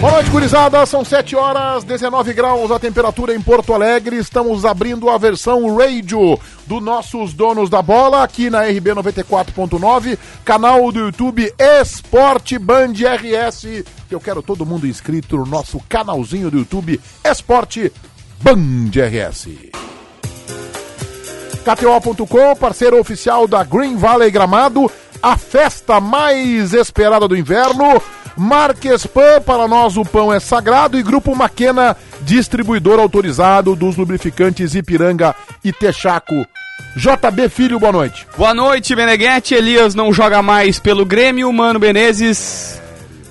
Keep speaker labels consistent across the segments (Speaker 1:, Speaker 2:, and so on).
Speaker 1: Boa noite, gurizada. São 7 horas, 19 graus a temperatura em Porto Alegre. Estamos abrindo a versão radio do nossos donos da bola aqui na RB 94.9, canal do YouTube Esporte Band RS. Eu quero todo mundo inscrito no nosso canalzinho do YouTube Esporte Band RS. KTO.com, parceiro oficial da Green Valley Gramado, a festa mais esperada do inverno. Marques Pan, para nós o pão é sagrado. E Grupo Maquena, distribuidor autorizado dos lubrificantes Ipiranga e Texaco. JB Filho, boa noite.
Speaker 2: Boa noite, Beneguete. Elias não joga mais pelo Grêmio. Mano Menezes,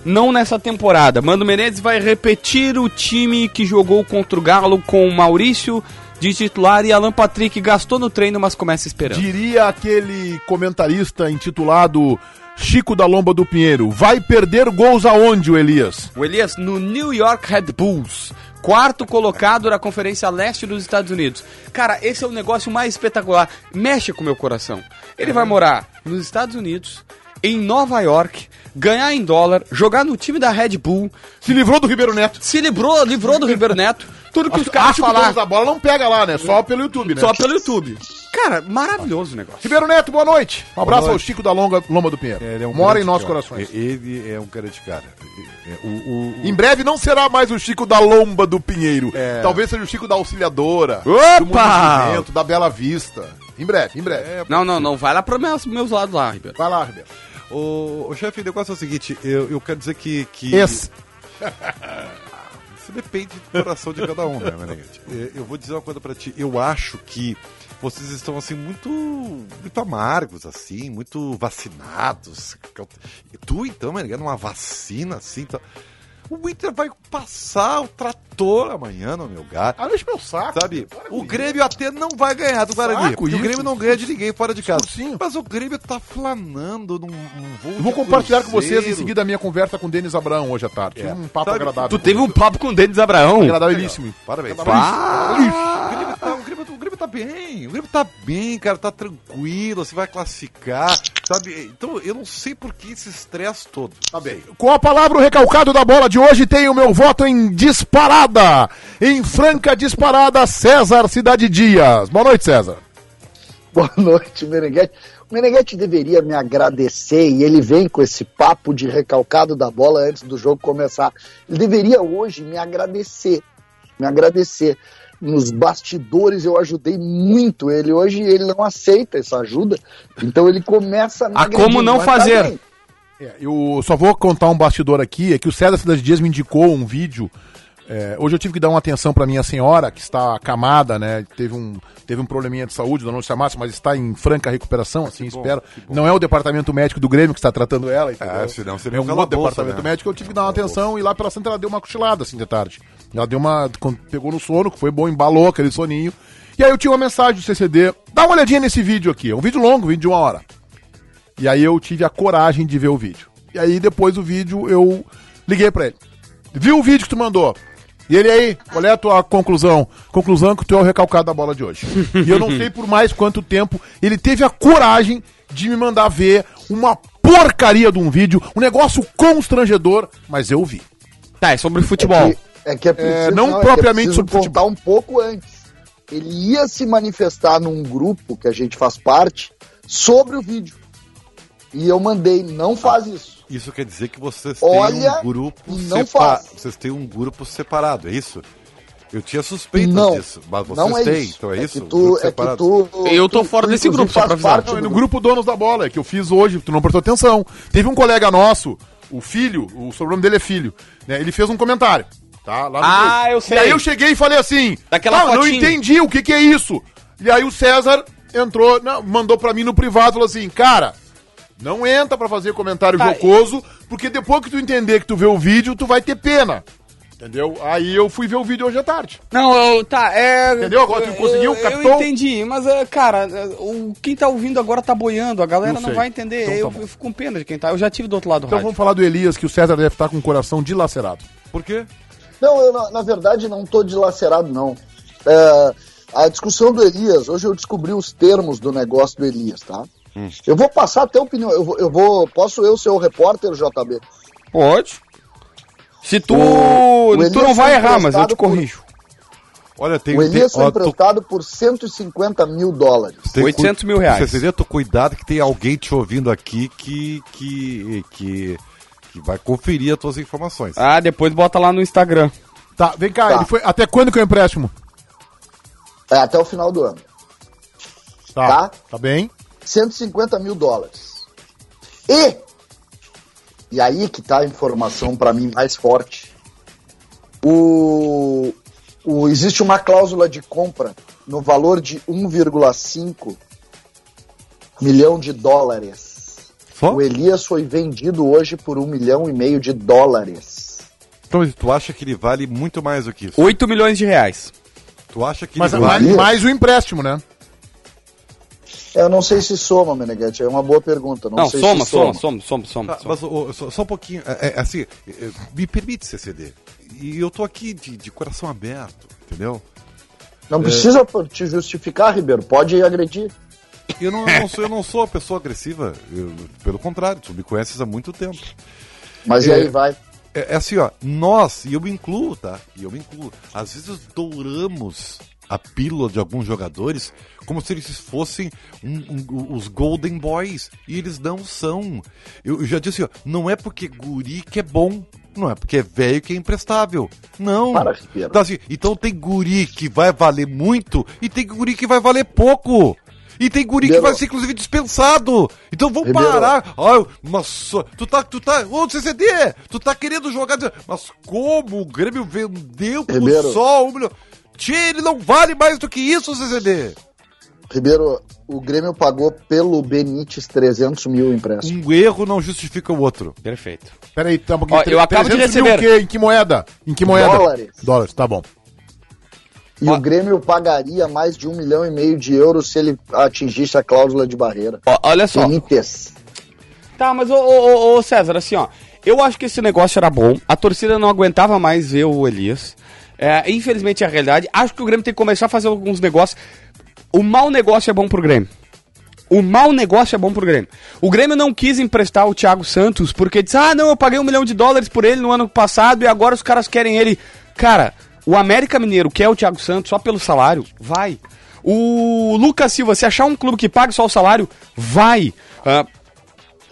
Speaker 2: não nessa temporada. Mano Menezes vai repetir o time que jogou contra o Galo com o Maurício de titular e Alan Patrick gastou no treino, mas começa esperando.
Speaker 1: Diria aquele comentarista intitulado Chico da Lomba do Pinheiro. Vai perder gols aonde, o Elias?
Speaker 2: O Elias no New York Red Bulls. Quarto colocado na Conferência Leste dos Estados Unidos. Cara, esse é o negócio mais espetacular. Mexe com o meu coração. Ele vai morar nos Estados Unidos, em Nova York, ganhar em dólar, jogar no time da Red Bull,
Speaker 1: Se livrou do Ribeiro Neto.
Speaker 2: se livrou, livrou do Ribeiro Neto. Tudo que os caras
Speaker 1: que o dono
Speaker 2: falaram
Speaker 1: da bola não pega lá, né? Só pelo YouTube, né?
Speaker 2: só pelo YouTube. Cara, maravilhoso o negócio.
Speaker 1: Ribeiro Neto, boa noite. Um abraço
Speaker 3: noite.
Speaker 1: ao Chico da Longa, Lomba do Pinheiro.
Speaker 3: Ele é um
Speaker 1: Mora
Speaker 3: cara
Speaker 1: em
Speaker 3: de
Speaker 1: nossos
Speaker 3: cara.
Speaker 1: corações.
Speaker 3: E- Ele é um cara de cara. E- é, o- o- o-
Speaker 1: Em breve não será mais o Chico da Lomba do Pinheiro.
Speaker 3: É.
Speaker 1: Talvez seja o Chico da Auxiliadora. Do
Speaker 2: Opa!
Speaker 1: Municipamento, da Bela Vista. Em breve, em breve.
Speaker 3: É.
Speaker 2: Não, não, não. Vai lá para meus, meus lados lá, Ribeiro.
Speaker 1: Vai lá, Ribeiro.
Speaker 3: o, o chefe, o negócio é o seguinte: eu, eu quero dizer que. que Isso depende do coração de cada um, né, Meneghete? É, Eu vou dizer uma coisa pra ti. Eu acho que vocês estão, assim, muito, muito amargos, assim, muito vacinados. E tu, então, Meneghete, uma vacina, assim, tá... O Inter vai passar o trator amanha no meu gato.
Speaker 1: Ah, deixa meu saco.
Speaker 3: Sabe?
Speaker 1: Para com
Speaker 3: O
Speaker 1: isso.
Speaker 3: Grêmio até não vai ganhar do Guarani.
Speaker 1: Saco
Speaker 3: Porque o
Speaker 1: isso.
Speaker 3: Grêmio não ganha de ninguém fora de casa.
Speaker 1: Discursinho.
Speaker 3: Mas o Grêmio tá flanando num, num voo.
Speaker 1: Eu vou
Speaker 3: de
Speaker 1: compartilhar com vocês em
Speaker 3: cruzeiro.
Speaker 1: seguida a minha conversa com o Denis Abraão hoje à tarde. Tive
Speaker 3: É.
Speaker 1: um papo
Speaker 3: Sabe,
Speaker 1: agradável.
Speaker 2: Tu teve um papo com o Denis Abraão?
Speaker 1: agradabilíssimo.
Speaker 3: Parabéns.
Speaker 2: Pá!
Speaker 3: O Grêmio, tá, o, Grêmio, o Grêmio tá bem, o Grêmio tá bem, cara, tá tranquilo, você vai classificar, sabe? Então eu não sei por que esse estresse todo.
Speaker 1: Tá bem. Com a palavra o recalcado da bola de hoje tem o meu voto em disparada. Em franca disparada, César Cidade Dias. Boa noite, César.
Speaker 4: Boa noite, Meneghetti. O Meneghetti deveria me agradecer e ele vem com esse papo de recalcado da bola antes do jogo começar. Ele deveria hoje me agradecer, me agradecer. Nos bastidores eu ajudei muito ele. Hoje ele não aceita essa ajuda, então ele começa a me
Speaker 2: Ah, como não
Speaker 4: mas tá
Speaker 2: fazer?
Speaker 4: bem.
Speaker 1: É, eu só vou contar um bastidor aqui, é que o César Cidade Dias me indicou um vídeo. é, hoje eu tive que dar uma atenção pra minha senhora, que está acamada, né? Teve um, teve um probleminha de saúde, da notícia máxima, mas está em franca recuperação, assim, espero. Não é o departamento médico do Grêmio que está tratando ela, entendeu?
Speaker 3: É, senão seria
Speaker 1: é
Speaker 3: um
Speaker 1: um outro
Speaker 3: calabouço,
Speaker 1: departamento
Speaker 3: né?
Speaker 1: médico, eu tive que dar uma atenção e lá pela Santa ela deu uma cochilada, assim, de tarde. Ela deu uma. quando pegou no sono, que foi bom, embalou aquele soninho. E aí eu tinha uma mensagem do CCD. Dá uma olhadinha nesse vídeo aqui. É um vídeo longo, um vídeo de uma hora. E aí eu tive a coragem de ver o vídeo. E aí depois do vídeo eu liguei pra ele. Viu o vídeo que tu mandou? E ele aí, qual é a tua conclusão? Conclusão que tu é o recalcado da bola de hoje. e eu não sei por mais quanto tempo ele teve a coragem de me mandar ver uma porcaria de um vídeo, um negócio constrangedor, mas eu vi.
Speaker 2: Tá, é sobre futebol.
Speaker 4: que- é que é preciso,
Speaker 1: não
Speaker 4: é que
Speaker 1: propriamente
Speaker 4: preciso
Speaker 1: sobre
Speaker 4: contar um pouco antes. Ele ia se manifestar num grupo que a gente faz parte sobre o vídeo. E eu mandei, não faz isso.
Speaker 3: Isso quer dizer que vocês
Speaker 4: Olha,
Speaker 3: têm um grupo
Speaker 4: não
Speaker 3: separado.
Speaker 4: faz.
Speaker 3: Vocês têm um grupo separado, é isso? Eu tinha suspeitas
Speaker 4: Não,
Speaker 3: disso, mas vocês
Speaker 4: não é
Speaker 3: têm,
Speaker 4: isso.
Speaker 3: então é, isso?
Speaker 4: Que
Speaker 3: Um
Speaker 4: tu,
Speaker 3: grupo
Speaker 4: é que
Speaker 3: separado.
Speaker 4: tu,
Speaker 2: Eu tô
Speaker 4: tu-
Speaker 2: fora
Speaker 4: tu,
Speaker 2: desse grupo,
Speaker 4: inclusive,
Speaker 2: só pra
Speaker 4: faz
Speaker 2: avisar.
Speaker 4: parte
Speaker 1: Não, e
Speaker 4: do
Speaker 1: no grupo Donos da Bola, que eu fiz hoje, tu não prestou atenção. Teve um colega nosso, o filho, o sobrenome dele é filho, né? Ele fez um comentário. Tá, lá no
Speaker 2: Ah,
Speaker 1: grupo.
Speaker 2: eu sei.
Speaker 1: E aí eu cheguei e falei assim:
Speaker 2: Daquela
Speaker 1: "Não, não
Speaker 2: fotinho."
Speaker 1: entendi o que, que é isso. E aí o César entrou, não, mandou pra mim no privado, falou assim, cara. Não entra pra fazer comentário
Speaker 2: Tá,
Speaker 1: jocoso, porque depois que tu entender que tu vê o vídeo, tu vai ter pena. Entendeu? Aí eu fui ver o vídeo hoje à tarde.
Speaker 2: Não, eu- tá, é.
Speaker 1: Entendeu? Agora tu conseguiu,
Speaker 2: eu, Eu
Speaker 1: captou?
Speaker 2: entendi, mas, é, cara, é, o, quem tá ouvindo agora tá boiando, a galera
Speaker 1: Não
Speaker 2: não,
Speaker 1: sei.
Speaker 2: vai entender.
Speaker 1: Então tá
Speaker 2: eu,
Speaker 1: bom.
Speaker 2: eu fico com pena de quem tá. Eu já tive do outro lado do
Speaker 1: Então
Speaker 2: rádio.
Speaker 1: vamos falar do Elias, que o César deve estar com o coração dilacerado.
Speaker 3: Por quê?
Speaker 4: Não, eu, na, na verdade, não estou dilacerado, não. É, a discussão do Elias, hoje eu descobri os termos do negócio do Elias, tá? Eu vou passar até a opinião. Eu vou, eu vou- Posso eu ser o repórter, JB?
Speaker 2: Pode. Se tu.
Speaker 4: O- o
Speaker 2: tu
Speaker 4: Elias
Speaker 2: não vai
Speaker 4: foi
Speaker 2: errar, mas eu te
Speaker 4: emprestado por-
Speaker 2: corrijo.
Speaker 3: Olha, tem
Speaker 4: O Elias
Speaker 3: tem-
Speaker 4: tá foi
Speaker 3: ó, tu-
Speaker 4: emprestado por 150 mil dólares.
Speaker 3: tem cu-
Speaker 2: 800 mil reais.
Speaker 3: Você seria tu cuidado que tem alguém te ouvindo aqui que que que, que vai conferir as tuas informações.
Speaker 2: Ah, depois bota lá no Instagram.
Speaker 1: Tá, vem cá,
Speaker 4: Tá.
Speaker 1: ele foi. Até quando que é o empréstimo?
Speaker 4: É, até o final do ano.
Speaker 1: Tá. Tá,
Speaker 4: Tá.
Speaker 1: bem?
Speaker 4: 150 mil dólares. E, e aí que tá a informação para mim mais forte. O, o- existe uma cláusula de compra no valor de 1,5 milhão de dólares.
Speaker 3: Só?
Speaker 4: O Elias foi vendido hoje por um milhão e meio de dólares.
Speaker 3: Então tu acha que ele vale muito mais do que isso?
Speaker 2: 8 milhões de reais.
Speaker 3: Tu acha que
Speaker 1: Mas
Speaker 3: ele vale?
Speaker 1: mais, mais o empréstimo, né?
Speaker 4: Eu não sei se soma, Meneghete, é uma boa pergunta. Não,
Speaker 2: Não,
Speaker 4: sei
Speaker 2: soma,
Speaker 4: se
Speaker 2: soma, soma, soma, soma,
Speaker 3: Tá,
Speaker 2: soma.
Speaker 3: mas ô, só, só um pouquinho, é, é, assim, é, é, me permite CCD. E eu tô aqui de, de coração aberto, entendeu?
Speaker 2: É.
Speaker 4: Não precisa te justificar, Ribeiro, pode agredir.
Speaker 3: Eu não, eu não sou, eu não sou uma pessoa agressiva, eu- pelo contrário, tu me conheces há muito tempo.
Speaker 4: Mas e
Speaker 3: É.
Speaker 4: aí vai.
Speaker 3: É, é assim, ó, nós, e eu me incluo, tá? E eu me incluo. Às vezes douramos a pílula de alguns jogadores como se eles fossem um- um- os Golden Boys. E eles não são. Eu, eu já disse, ó, não é porque guri que é bom. Não é porque é velho que é emprestável. Não.
Speaker 4: Para, Ribeiro.
Speaker 3: Tá assim, então tem guri que vai valer muito e tem guri que vai valer pouco. E tem guri que
Speaker 4: Ribeiro.
Speaker 3: vai ser, inclusive, dispensado. Então vamos
Speaker 4: Ribeiro.
Speaker 3: parar. Ai, mas só- tu tá, tu tá, ô CCD, tu tá querendo jogar, mas como o Grêmio vendeu por
Speaker 4: Ribeiro.
Speaker 3: só um milhão? Tchê, ele não vale mais do que isso, CCD.
Speaker 4: Ribeiro, o Grêmio pagou pelo Benítez 300 mil empréstimos.
Speaker 3: Um erro não justifica o outro.
Speaker 2: Perfeito.
Speaker 1: Peraí, tá um pouquinho.
Speaker 2: Ó, eu acabo de
Speaker 1: 300 mil
Speaker 2: receber.
Speaker 1: o quê? Em que moeda? Em que moeda?
Speaker 4: Dólares.
Speaker 1: Dólares, tá bom.
Speaker 4: E o Grêmio pagaria mais de um milhão e meio de euros se ele atingisse a cláusula de barreira.
Speaker 2: Ó, olha só.
Speaker 4: Benítez.
Speaker 2: Tá, mas ô, ô, ô, ô, César, assim, ó. Eu acho que esse negócio era bom. A torcida não aguentava mais ver o Elias. É, infelizmente é a realidade. Acho que o Grêmio tem que começar a fazer alguns negócios. O mau negócio é bom pro Grêmio. O mau negócio é bom pro Grêmio. O Grêmio não quis emprestar o Thiago Santos porque disse: ah, não, eu paguei um milhão de dólares por ele no ano passado e agora os caras querem ele. Cara, o América Mineiro quer o Thiago Santos só pelo salário? Vai. O Lucas Silva, se achar um clube que pague só o salário, vai. Ah,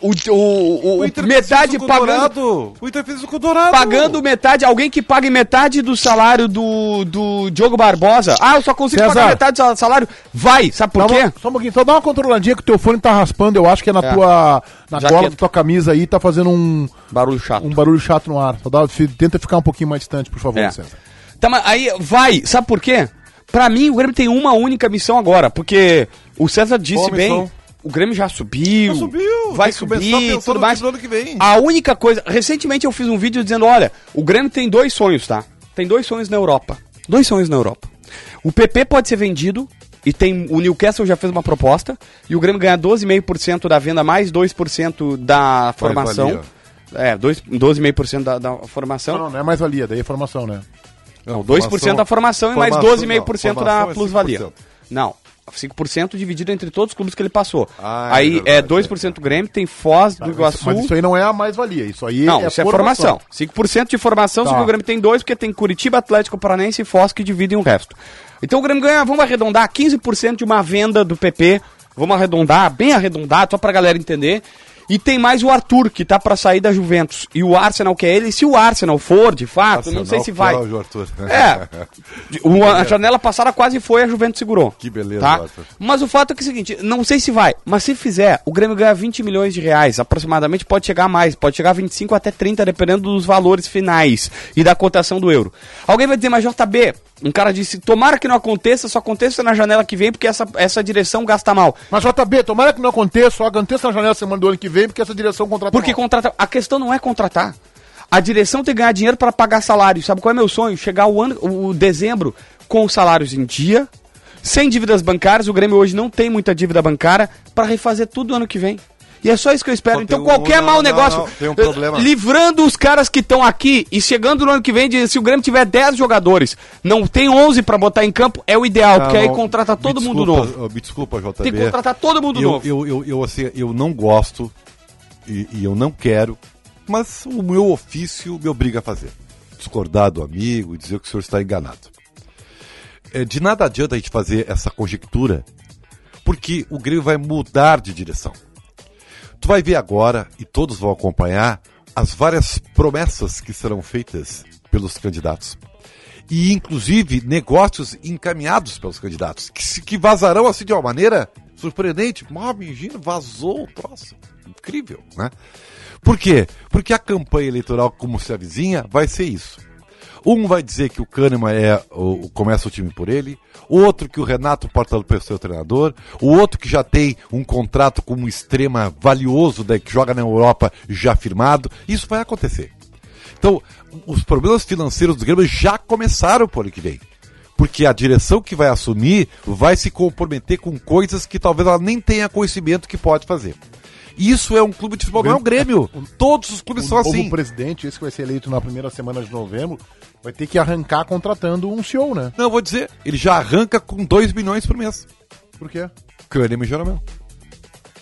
Speaker 2: o, o- o-
Speaker 3: Inter fez
Speaker 2: metade
Speaker 3: isso com o
Speaker 2: pagando,
Speaker 3: Dourado. O Inter fez isso com o Dourado.
Speaker 2: pagando metade, alguém que pague metade do salário do, do Diogo Barbosa. Ah, eu só consigo
Speaker 1: César.
Speaker 2: pagar metade do sal- salário. Vai, sabe por
Speaker 1: Dá uma-
Speaker 2: quê?
Speaker 1: Só um pouquinho, só dá uma controladinha que o teu fone tá raspando, eu acho que é na
Speaker 2: É.
Speaker 1: tua. na
Speaker 2: Jaqueta.
Speaker 1: gola da tua camisa aí, tá fazendo um,
Speaker 2: Barulho chato.
Speaker 1: um barulho chato no ar. Só dá, fi- tenta ficar um pouquinho mais distante, por favor,
Speaker 2: É.
Speaker 1: César.
Speaker 2: Tá, mas aí vai, sabe por quê? Pra mim, o Grêmio tem uma única missão agora, porque o César disse
Speaker 3: Qual a
Speaker 2: bem.
Speaker 3: missão?
Speaker 2: O Grêmio já subiu.
Speaker 3: Já subiu,
Speaker 2: Vai
Speaker 3: tem que começar
Speaker 2: subir,
Speaker 3: pensando
Speaker 2: tudo
Speaker 3: no
Speaker 2: mais.
Speaker 3: time do ano que vem.
Speaker 2: A única coisa. Recentemente eu fiz um vídeo dizendo: olha, o Grêmio tem dois sonhos, tá? Tem dois sonhos na Europa. Dois sonhos na Europa. O PP pode ser vendido, e tem. O Newcastle já fez uma proposta, e o Grêmio ganha 12,5% da venda, mais 2% da formação.
Speaker 3: valia.
Speaker 2: É, dois- 12,5% da, da formação.
Speaker 1: Não, não, não é mais valia, daí é formação, né?
Speaker 2: Não, 2% da formação e mais 12,5% da plusvalia. Não, 5% dividido entre todos os clubes que ele passou.
Speaker 3: Ah, é
Speaker 2: aí é,
Speaker 3: verdade,
Speaker 2: 2% do Grêmio, tem Foz do Iguaçu.
Speaker 1: Mas isso aí não é a mais-valia, isso aí
Speaker 2: não, isso é formação. 5% de formação,
Speaker 1: Tá.
Speaker 2: só que o Grêmio tem 2, porque tem Curitiba, Atlético Paranense e Foz que dividem o resto. Então o Grêmio ganha, vamos arredondar, 15% de uma venda do PP. Vamos arredondar, bem arredondado, só pra galera entender. E tem mais o Arthur, que tá pra sair da Juventus. E o Arsenal que é ele. Se o Arsenal for, de fato, não sei se vai.
Speaker 3: né?
Speaker 2: É. De- o- a janela passada quase foi, a Juventus segurou.
Speaker 3: Que beleza,
Speaker 2: Tá?
Speaker 3: Arthur.
Speaker 2: Mas o fato é que é o seguinte, não sei se vai, mas se fizer, o Grêmio ganha 20 milhões de reais, aproximadamente pode chegar a mais, pode chegar a 25 até 30, dependendo dos valores finais e da cotação do euro. Alguém vai dizer, mas JB, um cara disse, tomara que não aconteça, só aconteça na janela que vem, porque essa, essa direção gasta mal.
Speaker 1: Mas JB, tomara que não
Speaker 3: Tá
Speaker 1: aconteça, só aconteça na janela semana do ano que vem, porque essa direção contrata.
Speaker 2: Porque
Speaker 1: mal.
Speaker 2: contrata. A questão não é contratar. A direção tem que ganhar dinheiro para pagar salário. Sabe qual é meu sonho? Chegar o ano, o dezembro com os salários em dia, sem dívidas bancárias. O Grêmio hoje não tem muita dívida bancária para refazer tudo ano que vem. E é só isso que eu espero.
Speaker 3: Pô,
Speaker 2: então
Speaker 3: tem um-
Speaker 2: qualquer
Speaker 3: não,
Speaker 2: mau
Speaker 3: não,
Speaker 2: negócio,
Speaker 3: não, tem um problema.
Speaker 2: eh, livrando os caras que estão aqui e chegando no ano que vem, de- se o Grêmio tiver 10 jogadores, não tem 11 para botar em campo, é o ideal, porque aí
Speaker 3: Não,
Speaker 2: contrata
Speaker 3: Tá me
Speaker 2: todo mundo
Speaker 3: desculpa,
Speaker 2: novo.
Speaker 3: ó, Me desculpa, JB.
Speaker 2: Tem que contratar todo mundo
Speaker 3: eu,
Speaker 2: novo.
Speaker 3: Eu, eu, eu, assim, eu não gosto e, e eu não quero, mas o meu ofício me obriga a fazer. Discordar do amigo, dizer que o senhor está enganado. É, de nada adianta a gente fazer essa conjectura, porque o Grêmio vai mudar de direção. Tu vai ver agora, e todos vão acompanhar, as várias promessas que serão feitas pelos candidatos. E, inclusive, negócios encaminhados pelos candidatos, que, se- que vazarão assim de uma maneira surpreendente. Ah, imagina, vazou o troço. Incrível, né? Por quê? Porque a campanha eleitoral, como se avizinha, vai ser isso. Um vai dizer que o Kahneman é o, o- começa o time por ele, outro que o Renato Portaluppi é o seu treinador, o outro que já tem um contrato como extrema valioso, da, que joga na Europa já firmado. Isso vai acontecer. Então, os problemas financeiros do Grêmio já começaram por ano que vem. Porque a direção que vai assumir vai se comprometer com coisas que talvez ela nem tenha conhecimento que pode fazer. Isso é um clube de futebol, não é um Grêmio. Todos os clubes
Speaker 1: O
Speaker 3: são
Speaker 1: novo
Speaker 3: assim.
Speaker 1: presidente, esse que vai ser eleito na primeira semana de novembro, vai ter que arrancar contratando um CEO, né?
Speaker 3: Não, eu vou dizer, ele já arranca com 2 milhões por mês.
Speaker 1: Por quê?
Speaker 3: Kahneman e Jeromel.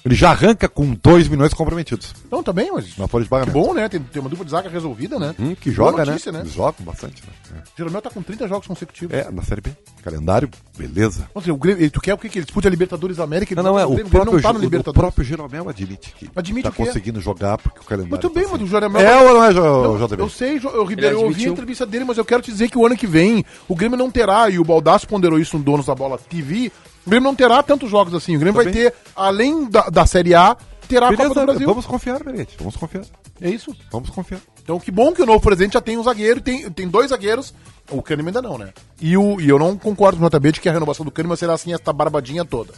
Speaker 3: Ele já arranca com 2 milhões comprometidos
Speaker 1: Não, também, Então, tá mas...
Speaker 3: na folha
Speaker 1: Que
Speaker 3: de pagamento.
Speaker 1: bom, né? Tem, tem uma dupla de zaga resolvida, né?
Speaker 3: Hum, que
Speaker 1: Boa
Speaker 3: joga,
Speaker 1: notícia,
Speaker 3: né?
Speaker 1: né?
Speaker 3: Eles jogam bastante, né?
Speaker 1: Jeromel tá com 30 jogos consecutivos.
Speaker 3: É, É, na Série B. Calendário, beleza.
Speaker 1: Ou seja, o Grêmio, tu quer o quê? Que ele dispute a Libertadores da América?
Speaker 3: Não, não, é. O
Speaker 1: Grêmio
Speaker 3: próprio,
Speaker 1: não tá no
Speaker 3: Ge- o,
Speaker 1: Libertadores.
Speaker 3: próprio Jeromel admite que
Speaker 1: Admite
Speaker 3: tá
Speaker 1: o quê?
Speaker 3: conseguindo jogar porque o calendário.
Speaker 1: Mas tudo bem,
Speaker 3: tá
Speaker 1: mas
Speaker 3: assim.
Speaker 1: o Jeromel...
Speaker 3: É ou não é, J-
Speaker 1: Não,
Speaker 3: JB?
Speaker 1: eu sei, Jo- eu, Ribeiro, eu ouvi a
Speaker 2: admitiu.
Speaker 1: entrevista dele, mas eu quero te dizer que o ano que vem o Grêmio não terá, e o Baldasso ponderou isso no Donos da Bola TV, o Grêmio não terá tantos jogos assim. O Grêmio
Speaker 3: Tá
Speaker 1: vai
Speaker 3: bem.
Speaker 1: ter, além da, da Série A, terá a Copa
Speaker 3: Beleza,
Speaker 1: do Brasil.
Speaker 3: vamos confiar, Benete. Vamos confiar.
Speaker 1: É isso.
Speaker 3: Vamos confiar.
Speaker 1: Então que bom que o novo presidente já tem um zagueiro, tem, tem dois zagueiros, o Kahneman ainda não, né? E, o, e eu não concordo com o JB de que a renovação do Kahneman será assim, essa barbadinha toda.